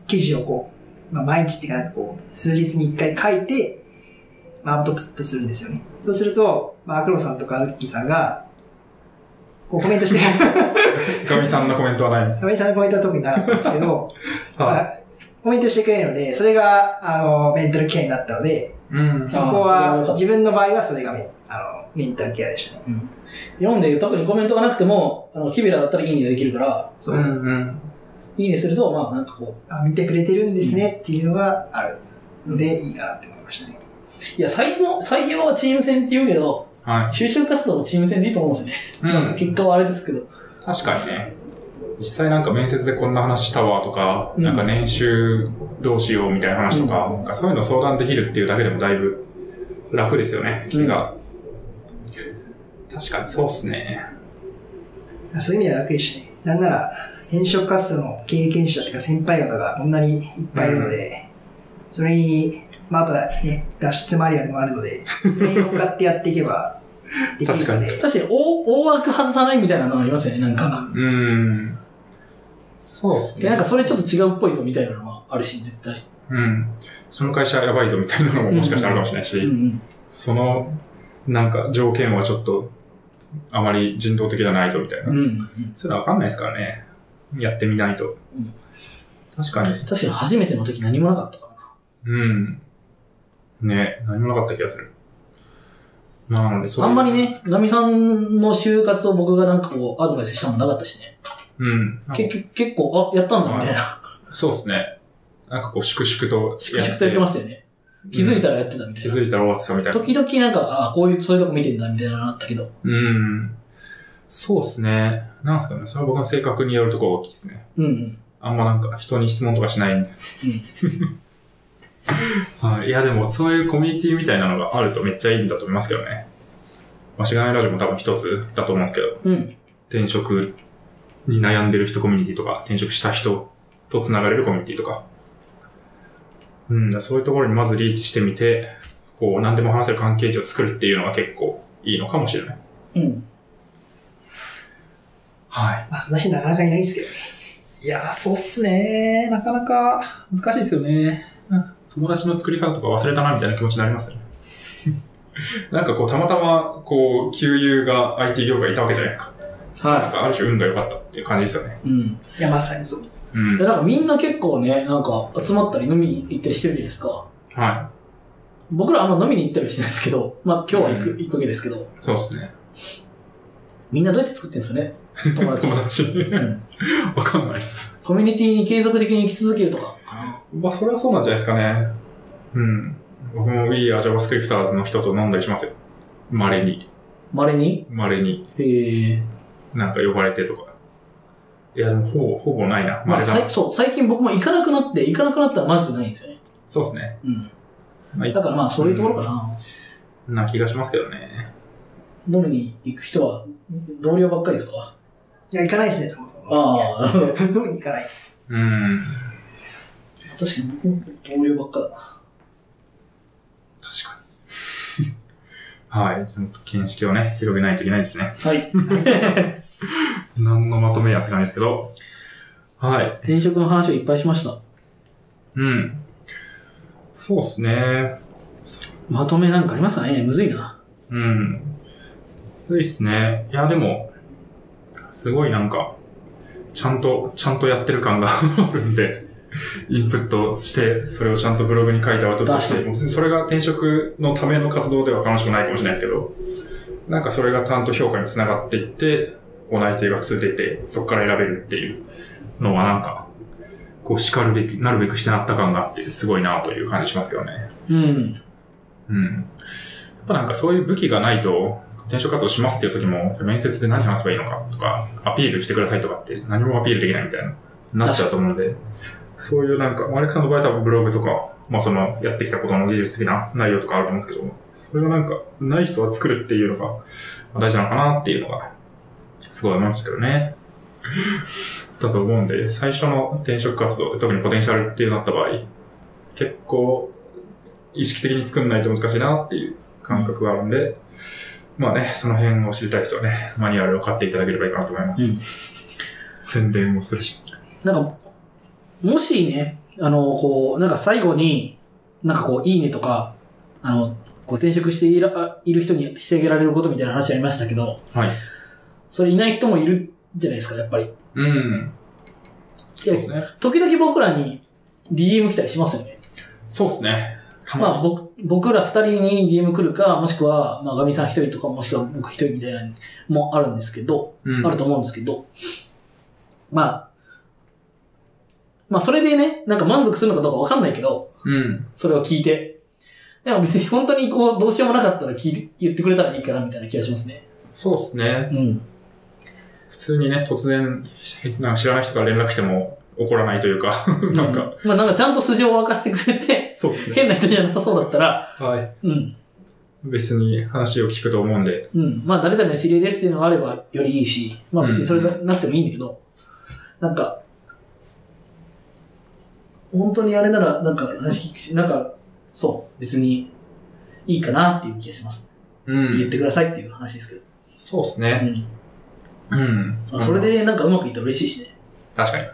Speaker 3: 記事をこう、まあ、毎日っていうか、なんかこう、数日に一回書いて、まあアウトプットするんですよね。そうすると、まあ、アクロさんとかアッキーさんが、こうコメントして、 <laughs>
Speaker 2: ガミさんのコメントはない。
Speaker 3: アメさんのコメントは特になかったんですけど、ま
Speaker 2: <laughs> はい。
Speaker 3: あ、コメントしてくれるので、それが、あの、メンタルケアになったので、
Speaker 2: うん。
Speaker 3: そこ
Speaker 1: あーそれは良
Speaker 3: は
Speaker 1: かっ、た
Speaker 3: 自分の場合はそれがメあのメンタルケアでしたね。
Speaker 1: 読んで特にコメントがなくても、あの、キビラだったらいいねができるから、
Speaker 3: そう。
Speaker 2: ん
Speaker 1: いいねすると、まあなんかこう、
Speaker 3: あ、見てくれてるんですねっていうのがあるので、いいかなって思いましたね。
Speaker 1: いや、採用、採用はチーム戦って言うけど、
Speaker 2: は
Speaker 1: 就職活動もチーム戦でいいと思うんですよね。
Speaker 2: い。
Speaker 1: まあ結果はあれですけど。
Speaker 2: 確かにね。実際なんか面接でこんな話したわとか、
Speaker 1: うん
Speaker 2: なんか年収どうしようみたいな話とか、なんかそういうの相談できるっていうだけでもだいぶ楽ですよね、気が。確かにそうっすね。
Speaker 3: そういう意味では楽でしたね。なんなら、転職活動の経験者っていうか先輩方がこんなにいっぱいいるので、それに、まあ、あとはね、脱出マリアもあるので、それに乗っかってやっていけば、できるので、
Speaker 1: 確かに大、大枠外さないみたいなのはありますよね、なんか。
Speaker 2: うん。そうっす
Speaker 1: いや
Speaker 2: ね。
Speaker 1: なんかそれちょっと違うっぽいぞみたいなのはあるし、絶対。
Speaker 2: うん。その会社やばいぞみたいなのももしかしたらあるかもしれないし、
Speaker 1: うん
Speaker 2: その、なんか条件はちょっと、あまり人道的じゃないぞみたいな。
Speaker 1: うん。うん。
Speaker 2: そういうのわかんないですからね。やってみないと。
Speaker 1: うん
Speaker 2: 確かに。
Speaker 1: 確かに初めての時何もなかったからな。
Speaker 2: うん。ね何もなかった気がする。なので、そうい
Speaker 1: あ
Speaker 2: うん
Speaker 1: まり。ね、ガミさんの就活を僕がなんかこう、アドバイスしたのなかったしね。
Speaker 2: うん。なんか
Speaker 1: 結局、結構、あ、やったんだみたいな。
Speaker 2: そうですね。なんかこう、粛々と。
Speaker 1: 粛々とやってま
Speaker 2: し
Speaker 1: したよね。気づいたらやってたみた
Speaker 2: 気
Speaker 1: いな。
Speaker 2: づいたら終わってたみたいな。
Speaker 1: 時々なんか、あこういう、そういうとこ見てんだみたいなのあったけど。
Speaker 2: うん。そうですね。なんすかね。それは僕の性格によるところが大きいですね。
Speaker 1: うんうん。
Speaker 2: あんまなんか人に質問とかしないんで。はい。いや、でもそういうコミュニティみたいなのがあるとめっちゃいいんだと思いますけどね。まあ、しがないラジオも多分一つだと思うんですけど、
Speaker 1: うん。
Speaker 2: 転職に悩んでる人コミュニティとか、転職した人と繋がれるコミュニティとか。うん、そういうところにまずリーチしてみて、こう、何でも話せる関係値を作るっていうのは結構いいのかもしれない。
Speaker 1: うん。
Speaker 2: はい。
Speaker 3: まあ、その日なかなかいないんですけどね。
Speaker 2: いやー、そうっすねなかなか難しいですよね。友達の作り方とか忘れたなみたいな気持ちになりますよね。 <laughs> なんかこう、たまたま、こう、旧友が IT 業界にいたわけじゃないですか。なん
Speaker 1: は
Speaker 2: かある種運が良かったっていう感じですよね。
Speaker 1: い。うん。
Speaker 3: いや、まさにそうです。
Speaker 2: うん。
Speaker 1: い
Speaker 2: はい。
Speaker 1: やなんかみんな結構ね、なんか集まったり飲みに行ったりしてるじゃないですか。僕らあんま飲みに行ったりはしないですけど、まあ今日は行く,、
Speaker 2: うん
Speaker 1: 行くわけですけど、
Speaker 2: そうですね。
Speaker 1: みんなどうやって作ってるんですかね友
Speaker 2: <laughs>
Speaker 1: 達。
Speaker 2: 友達。
Speaker 1: うん
Speaker 2: わかんないっす。
Speaker 1: コミュニティに継続的に生き続けるとかかな。
Speaker 2: まあ、それはそうなんじゃないですかね。うん。僕も We are JavaScripters の人と飲んだりしますよ。稀に。
Speaker 1: 稀に
Speaker 2: 稀に。
Speaker 1: えー、
Speaker 2: なんか呼ばれてとか。いや、でもほぼ、ほぼないな。
Speaker 1: まあ、
Speaker 2: れだ
Speaker 1: さいそう、最近僕も行かなくなって、行かなくなったらマジでないんですよね。
Speaker 2: そうですね。
Speaker 1: うん。
Speaker 2: まあ、い
Speaker 1: だからまあ、そういうところかな。
Speaker 2: な気がしますけどね。
Speaker 1: 飲みに行く人は、同僚ばっかりですか
Speaker 3: いや、行かないですね、そもそも。
Speaker 1: ああ、なるほど。
Speaker 3: 飲みに行かない。
Speaker 2: うん。
Speaker 1: <laughs> 確かに僕も同僚ばっかだな。
Speaker 2: 確かに。 <laughs> はい。ちょっと見識をね、広げないといけないですね。
Speaker 1: はい。
Speaker 2: 何のまとめやって感じですけど。はい。
Speaker 1: 転職の話をいっぱいしました。
Speaker 2: うん。そうですね。
Speaker 1: まとめなんかありますかねむずいな。
Speaker 2: うん。そうですね。いや、でも、すごいなんか、ちゃんと、ちゃんとやってる感が <laughs> あるんで、インプットして、それをちゃんとブログに書いてアウトプットして、
Speaker 1: 確かに
Speaker 2: もうそれが転職のための活動では楽しくないかもしれないですけど、なんかそれがちゃんと評価につながっていって、ご内定が普通出て、そこから選べるっていうのはなんか、こう叱るべき、なるべくしてなった感があって、すごいなという感じしますけどね。
Speaker 1: うん。
Speaker 2: うん。やっぱなんかそういう武器がないと、転職活動しますっていう時も、面接で何話せばいいのかとか、アピールしてくださいとかって何もアピールできないみたいな、なっちゃうと思うんで、そういうなんか、マレクさんの場合多分ブログとか、まあその、やってきたことの技術的な内容とかあると思うんですけど、それがなんか、ない人は作るっていうのがまあ大事なのかなっていうのが、すごい思いましたけどね。 <laughs> だと思うんで、最初の転職活動、特にポテンシャルっていうのになった場合、結構意識的に作んないと難しいなっていう感覚があるんで、まあね、その辺を知りたい人はね、マニュアルを買っていただければいいかなと思います。
Speaker 1: うん
Speaker 2: 宣伝をするし。
Speaker 1: なんか、もしね、あの、こう、なんか最後に、なんかこう、いいねとか、あの、こう転職していらいる人にしてあげられることみたいな話ありましたけど、
Speaker 2: はい。
Speaker 1: それいない人もいるじゃないですか、やっぱり。
Speaker 2: うん。
Speaker 1: い
Speaker 2: そう
Speaker 1: や
Speaker 2: ですね。
Speaker 1: 時々僕らに DM 来たりしますよね。
Speaker 2: そうですね。た
Speaker 1: ま
Speaker 2: ま
Speaker 1: あ、
Speaker 2: に。
Speaker 1: 僕、僕ら二人に DM 来るか、もしくは、まあ、ガミさん一人とか、もしくは僕一人みたいなのもあるんですけど、
Speaker 2: うん
Speaker 1: あると思うんですけど、まあ、まあそれでね、なんか満足するのかどうかわかんないけど、
Speaker 2: うん。
Speaker 1: それを聞いて。でも別に本当にこう、どうしようもなかったら聞いて、言ってくれたらいいかなみたいな気がしますね。
Speaker 2: そうですね。
Speaker 1: うん。
Speaker 2: 普通にね、突然、なんか知らない人から連絡来ても怒らないというか、 <laughs> なんか、
Speaker 1: う。まあなんかちゃんと素性を明かしてくれて、
Speaker 2: そうですね。
Speaker 1: 変な人じゃなさそうだったら、
Speaker 2: はい。
Speaker 1: うん。
Speaker 2: 別に話を聞くと思うんで、
Speaker 1: うん。まあ誰々の知り合いですっていうのがあればよりいいし、まあ別にそれがなくてもいいんだけど、なんか、本当にあれなら、なんか話聞くし、なんか、そう、別にいいかなっていう気がします。
Speaker 2: う
Speaker 1: 言っ
Speaker 2: ん。
Speaker 1: てくださいっていう話ですけど。
Speaker 2: そうです
Speaker 1: う
Speaker 2: ね。
Speaker 1: ん。
Speaker 2: うん。
Speaker 1: まあそれでなんかうまくいったら嬉しいしね。
Speaker 2: 確かに。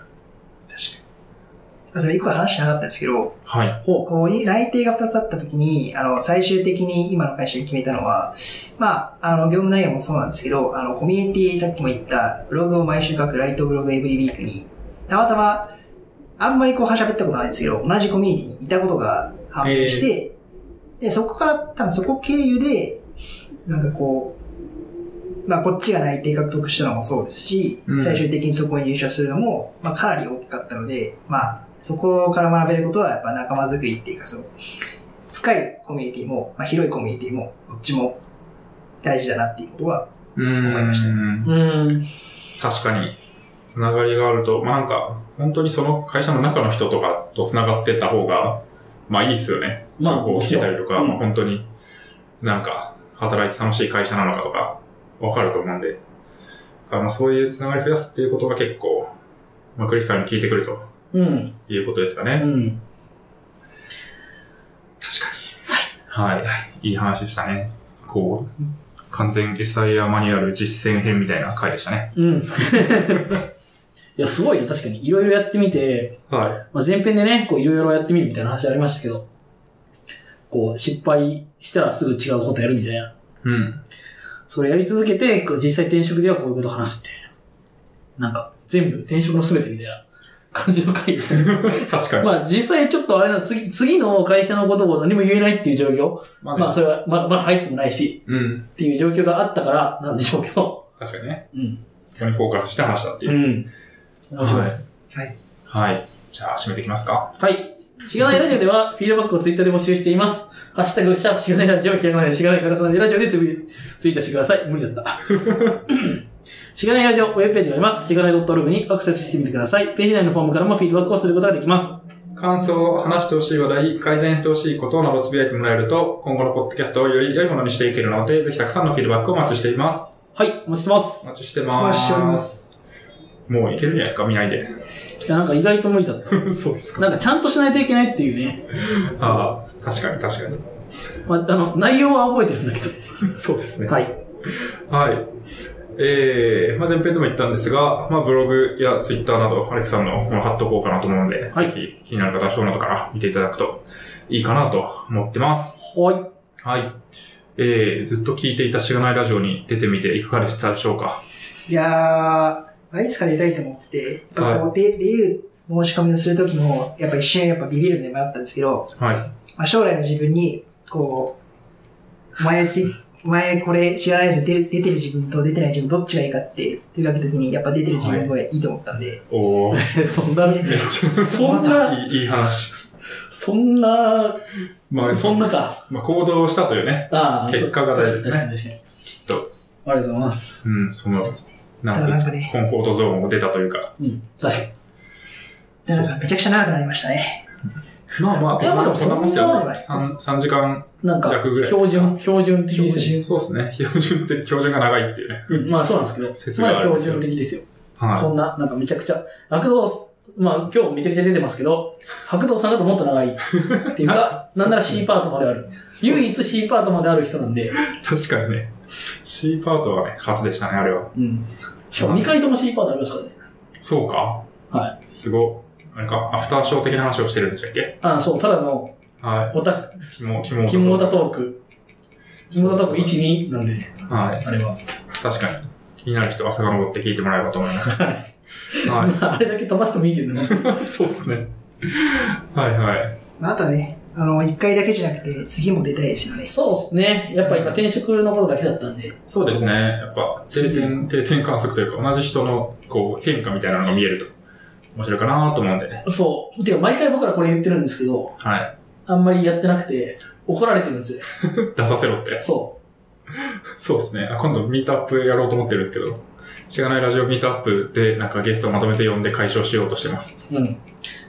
Speaker 3: あそれ一個話してなかったんですけど、
Speaker 2: はい。
Speaker 1: ほ
Speaker 3: こう、内定が2つあった時に、あの、最終的に今の会社に決めたのは、まあ、あの、業務内容もそうなんですけど、あの、コミュニティ、さっきも言った、ブログを毎週書く、ライトブログエブリウィークに、たまたま、あんまりこう、はしゃべったことないんですけど、同じコミュニティにいたことが判明して、で、そこから、多分そこ経由で、なんかこう、まあ、こっちが内定獲得したのもそうですし、
Speaker 2: うん
Speaker 3: 最終的にそこに入社するのも、まあ、かなり大きかったので、まあ、そこから学べることは、やっぱ仲間づくりっていうか、そう、深いコミュニティも、まあ、広いコミュニティも、どっちも大事だなっていうことは、
Speaker 2: うん。
Speaker 3: 思いました
Speaker 1: う。うん。
Speaker 2: 確かに、つながりがあると、まあなんか、本当にその会社の中の人とかとつながってた方が、まあいいっすよね。
Speaker 1: まあ
Speaker 2: そうこう
Speaker 1: もち
Speaker 2: 聞
Speaker 1: ろ
Speaker 2: い
Speaker 1: ん
Speaker 2: たりとか、
Speaker 1: うん
Speaker 2: まあ本当に、なんか、働いて楽しい会社なのかとか、わかると思うんで、だからまあそういうつながり増やすっていうことが結構、まあ、クリティカルに効いてくると
Speaker 1: うん。
Speaker 2: いうことですか
Speaker 1: う
Speaker 2: ね。
Speaker 1: ん。
Speaker 2: 確かに。はい。いい話でしたね。こう、完全 SIR マニュアル実践編みたいな回でしたね。
Speaker 1: うん。い <laughs> や、すごいね。確かに。いろいろやってみて、
Speaker 2: はい。
Speaker 1: まあ、前編でね、こういろいろやってみるみたいな話ありましたけど、こう失敗したらすぐ違うことやるみたいな。
Speaker 2: うん。
Speaker 1: それやり続けて、こう実際転職ではこういうことを話すみたいな。なんか、全部転職のすべてみたいな感じの回でした <laughs> ね。
Speaker 2: 確かに。
Speaker 1: まあ実際ちょっとあれな、次、次の会社のことを何も言えないっていう状況。
Speaker 2: まね
Speaker 1: まあそれはまだまだ入ってもないし、
Speaker 2: うん。
Speaker 1: っていう状況があったからなんでしょうけど。
Speaker 2: 確かにね。
Speaker 1: うん。
Speaker 2: そこにフォーカスして話したっていうう。
Speaker 1: ん。面白い。
Speaker 3: はい。
Speaker 2: はい。じゃあ、締めていきますか。
Speaker 1: はい。しがないラジオでは、フィードバックをツイッターで募集しています。ハッシュタグ、シャープしがないラジオ、ひらがないしがないカタカナでラジオでつぶやツイートしてください。無理だった。しがないラジオウェブページがあります。しがない .org にアクセスしてみてください。ページ内のフォームからもフィードバックをすることができます。
Speaker 2: 感想、話してほしい話題、改善してほしいことなどつぶやいてもらえると、今後のポッドキャストをより良いものにしていけるので、ぜひたくさんのフィードバックをお待ちしています。
Speaker 1: はい、お待ちしてます
Speaker 2: お。待ちして
Speaker 3: お
Speaker 2: ま
Speaker 3: 待ち
Speaker 2: す。
Speaker 3: しておりま。す。
Speaker 2: もういけるんじゃないですか、見ないで。
Speaker 1: いや、なんか意外と無理だった。
Speaker 2: そうですか。
Speaker 1: なんかちゃんとしないといけないっていうね。
Speaker 2: ああ、確かに確かに。
Speaker 1: まあ、あの、内容は覚えてるんだけ
Speaker 2: そうですね。。
Speaker 1: ど。はいい。
Speaker 2: はい。えー、まあ、前編でも言ったんですが、まあ、ブログやツイッターなど、アレクさんのもの貼っとこうかなと思うので、
Speaker 1: はい
Speaker 2: ぜひ気になる方は小ノートから見ていただくといいかなと思ってます。
Speaker 1: はい。
Speaker 2: はい。えー、ずっと聞いていたしがないラジオに出てみていかがでしたでしょうか
Speaker 3: いやー、まあいつか出たいと思ってて、やっぱこう、で、でいう申し込みをするときも、やっぱ一瞬やっぱビビるんで迷ったんですけど、
Speaker 2: はい。
Speaker 3: まあ、将来の自分に、こう、お前つい、 <laughs> お前これ知らないやつ出る出てる自分と出てない自分どっちがいいかって手掛けたときに、やっぱ出てる自分の方がいいと思ったんで、
Speaker 2: <laughs> おー、めっ
Speaker 1: <laughs> そんな、
Speaker 2: ちゃ、
Speaker 1: そんな、
Speaker 2: いい <laughs> いい話。
Speaker 1: そんな、
Speaker 2: まあ、
Speaker 1: そ
Speaker 2: そん
Speaker 1: ん
Speaker 2: な、
Speaker 1: なか。
Speaker 2: まあ、行動したというね、
Speaker 1: ああ、
Speaker 2: 結果が大事ですね
Speaker 1: 確かに確かに。
Speaker 2: きっと。
Speaker 1: ありがとうございます。
Speaker 2: うん、その、
Speaker 3: そうですね。
Speaker 2: なんつうんです
Speaker 3: なかなか
Speaker 2: か
Speaker 3: ね
Speaker 2: コンフォートゾーンを出たというか。
Speaker 1: うん、確かに。
Speaker 3: でなんかめちゃくちゃ長くなりましたね。
Speaker 2: まあまあ、
Speaker 1: いやまあでも
Speaker 2: こんなもんですよ
Speaker 1: そんな
Speaker 3: もんじゃない
Speaker 2: 3、三時間、
Speaker 1: なんか、
Speaker 2: 弱ぐらい
Speaker 1: 標準、標準的ですよね。
Speaker 2: そうですね。標準的、標準が長いっていうね。
Speaker 1: うんまあそうなんですけど、
Speaker 2: 説
Speaker 1: ま
Speaker 2: があ
Speaker 1: あ
Speaker 2: る
Speaker 1: 標準的ですよ。
Speaker 2: は
Speaker 1: そんな、なんかめちゃくちゃ、白道す、まあ今日めちゃくちゃ出てますけど、白道さんだともっと長いっていう
Speaker 2: <laughs> なん
Speaker 1: か、 <laughs> なんなら C パートまである。唯一 C パートまである人なんで、
Speaker 2: い。確かにね。C パートはね、初でしたね、あれは。
Speaker 1: うん。しかも2回とも C パートありますからね。
Speaker 2: そうか。
Speaker 1: はい
Speaker 2: すごい。あれか、アフターショー的な話をしてるんでしたっけ
Speaker 1: あそう、ただの、
Speaker 2: は
Speaker 1: おた、
Speaker 2: い。キモ、キモ。
Speaker 1: キモオタトーク。キモオタトーク1、2なんで、
Speaker 2: はい。
Speaker 1: あれは。
Speaker 2: 確かに。気になる人は遡って聞いてもらえればと思います。
Speaker 1: <laughs>
Speaker 2: は
Speaker 1: <laughs> まああれだけ飛ばしてもいいけどね。
Speaker 2: い。そうですね。はいはい。
Speaker 3: まあ、あとはね、あの、一回だけじゃなくて、次も出たいですよね。
Speaker 1: そうですね。やっぱ今転職のことだけだったんで。
Speaker 2: そうですね。やっぱ、定点、定点観測というか、同じ人の、こう、変化みたいなのが見えると、面白いかなと思うんで。
Speaker 1: そう。てか毎回僕らこれ言ってるんですけど、
Speaker 2: はい。
Speaker 1: あんまりやってなくて、怒られてるんですよ。
Speaker 2: 出させろって。
Speaker 1: そう。
Speaker 2: そうですね。あ今度、ミートアップやろうと思ってるんですけど、しがないラジオミートアップで、なんかゲストをまとめて呼んで解消しようとしてます。
Speaker 1: うん。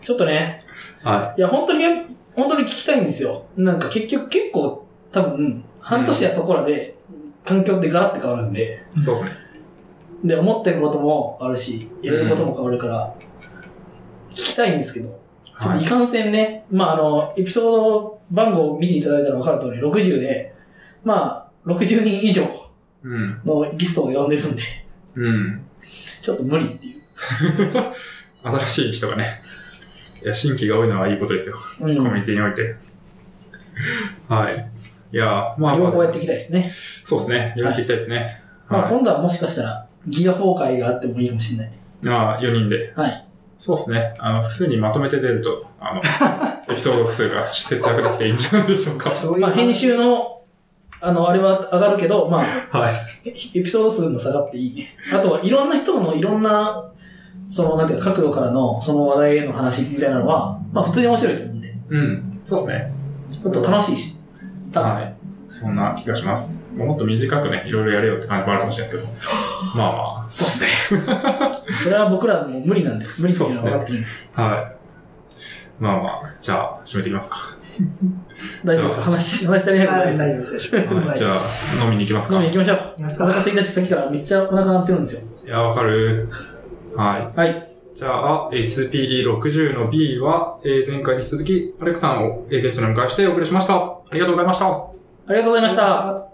Speaker 1: ちょっとね、
Speaker 2: はい
Speaker 1: や、本当に、本当に聞きたいんですよ。なんか結局結構、多分、半年やそこらで、環境ってガラッて変わるんで、
Speaker 2: い。そうですね。
Speaker 1: で、思ってることもあるし、やれることも変わるから、聞きたいんですけど、ちょっ
Speaker 2: は
Speaker 1: とい
Speaker 2: い。
Speaker 1: かんせんね、まあ、あの、エピソード番号を見ていただいたら分かる通り、60で、まあ、60人以上
Speaker 2: うん。
Speaker 1: のゲストを呼んでるんで、
Speaker 2: うん。
Speaker 1: ちょっと無理っていう。
Speaker 2: 新しい人がね、いや、新規が多いのはいいことですよ。
Speaker 1: うん。
Speaker 2: コミュニティにおいて。はい。いやー、まあ、
Speaker 1: 両方やっていきたいですね。
Speaker 2: そうですね。やっていきたいですね。
Speaker 1: まあ、
Speaker 2: はい。
Speaker 1: 今度はもしかしたら、ギガ崩壊があってもいいかもしれない。
Speaker 2: ああ、4人で。
Speaker 1: はい。
Speaker 2: そうですね。あの、複数にまとめて出ると、あの、 <laughs> エピソード複数が節約できていいんじゃないでしょうか。
Speaker 3: そういう。
Speaker 1: まあ、編集の、あの、あれは上がるけど、まあ、
Speaker 2: はい。
Speaker 1: エピソード数も下がっていいね。あとは、いろんな人のいろんな、その、なんていうか、角度からの、その話題への話みたいなのは、まあ、普通に面白いと思うんで、
Speaker 2: うん。そうですね。
Speaker 1: ちょっと楽しいし。多分
Speaker 2: はい。そんな気がします。もっと短くね、いろいろやれよって感じもあるかもしれないですけど。まあま
Speaker 1: そうですね。それは僕らもう無理なんで、無理っていうのは分かってるんで。
Speaker 2: あ。はい。まあまあ。じゃあ、締めていきますか。
Speaker 1: 大丈夫ですか話し、話したりないことない
Speaker 3: あ
Speaker 1: で
Speaker 3: 大
Speaker 1: す
Speaker 3: 丈
Speaker 1: か
Speaker 3: 夫です、大丈夫です。
Speaker 2: はいじゃあ、飲みに行きますか。
Speaker 1: 飲みに
Speaker 2: い
Speaker 1: 行きましょ
Speaker 3: いきます
Speaker 1: う。お腹
Speaker 3: か。
Speaker 1: 空いたし、さっきからめっちゃお腹鳴ってるんですよ。
Speaker 2: や、わかる。はい。
Speaker 1: はい。
Speaker 2: じゃあ、SPD60 の B は、えー前回に続き、アレクさんをえーゲストにお迎えしてお送りしました。ありがとうございました。
Speaker 1: ありがとうございました。
Speaker 3: た。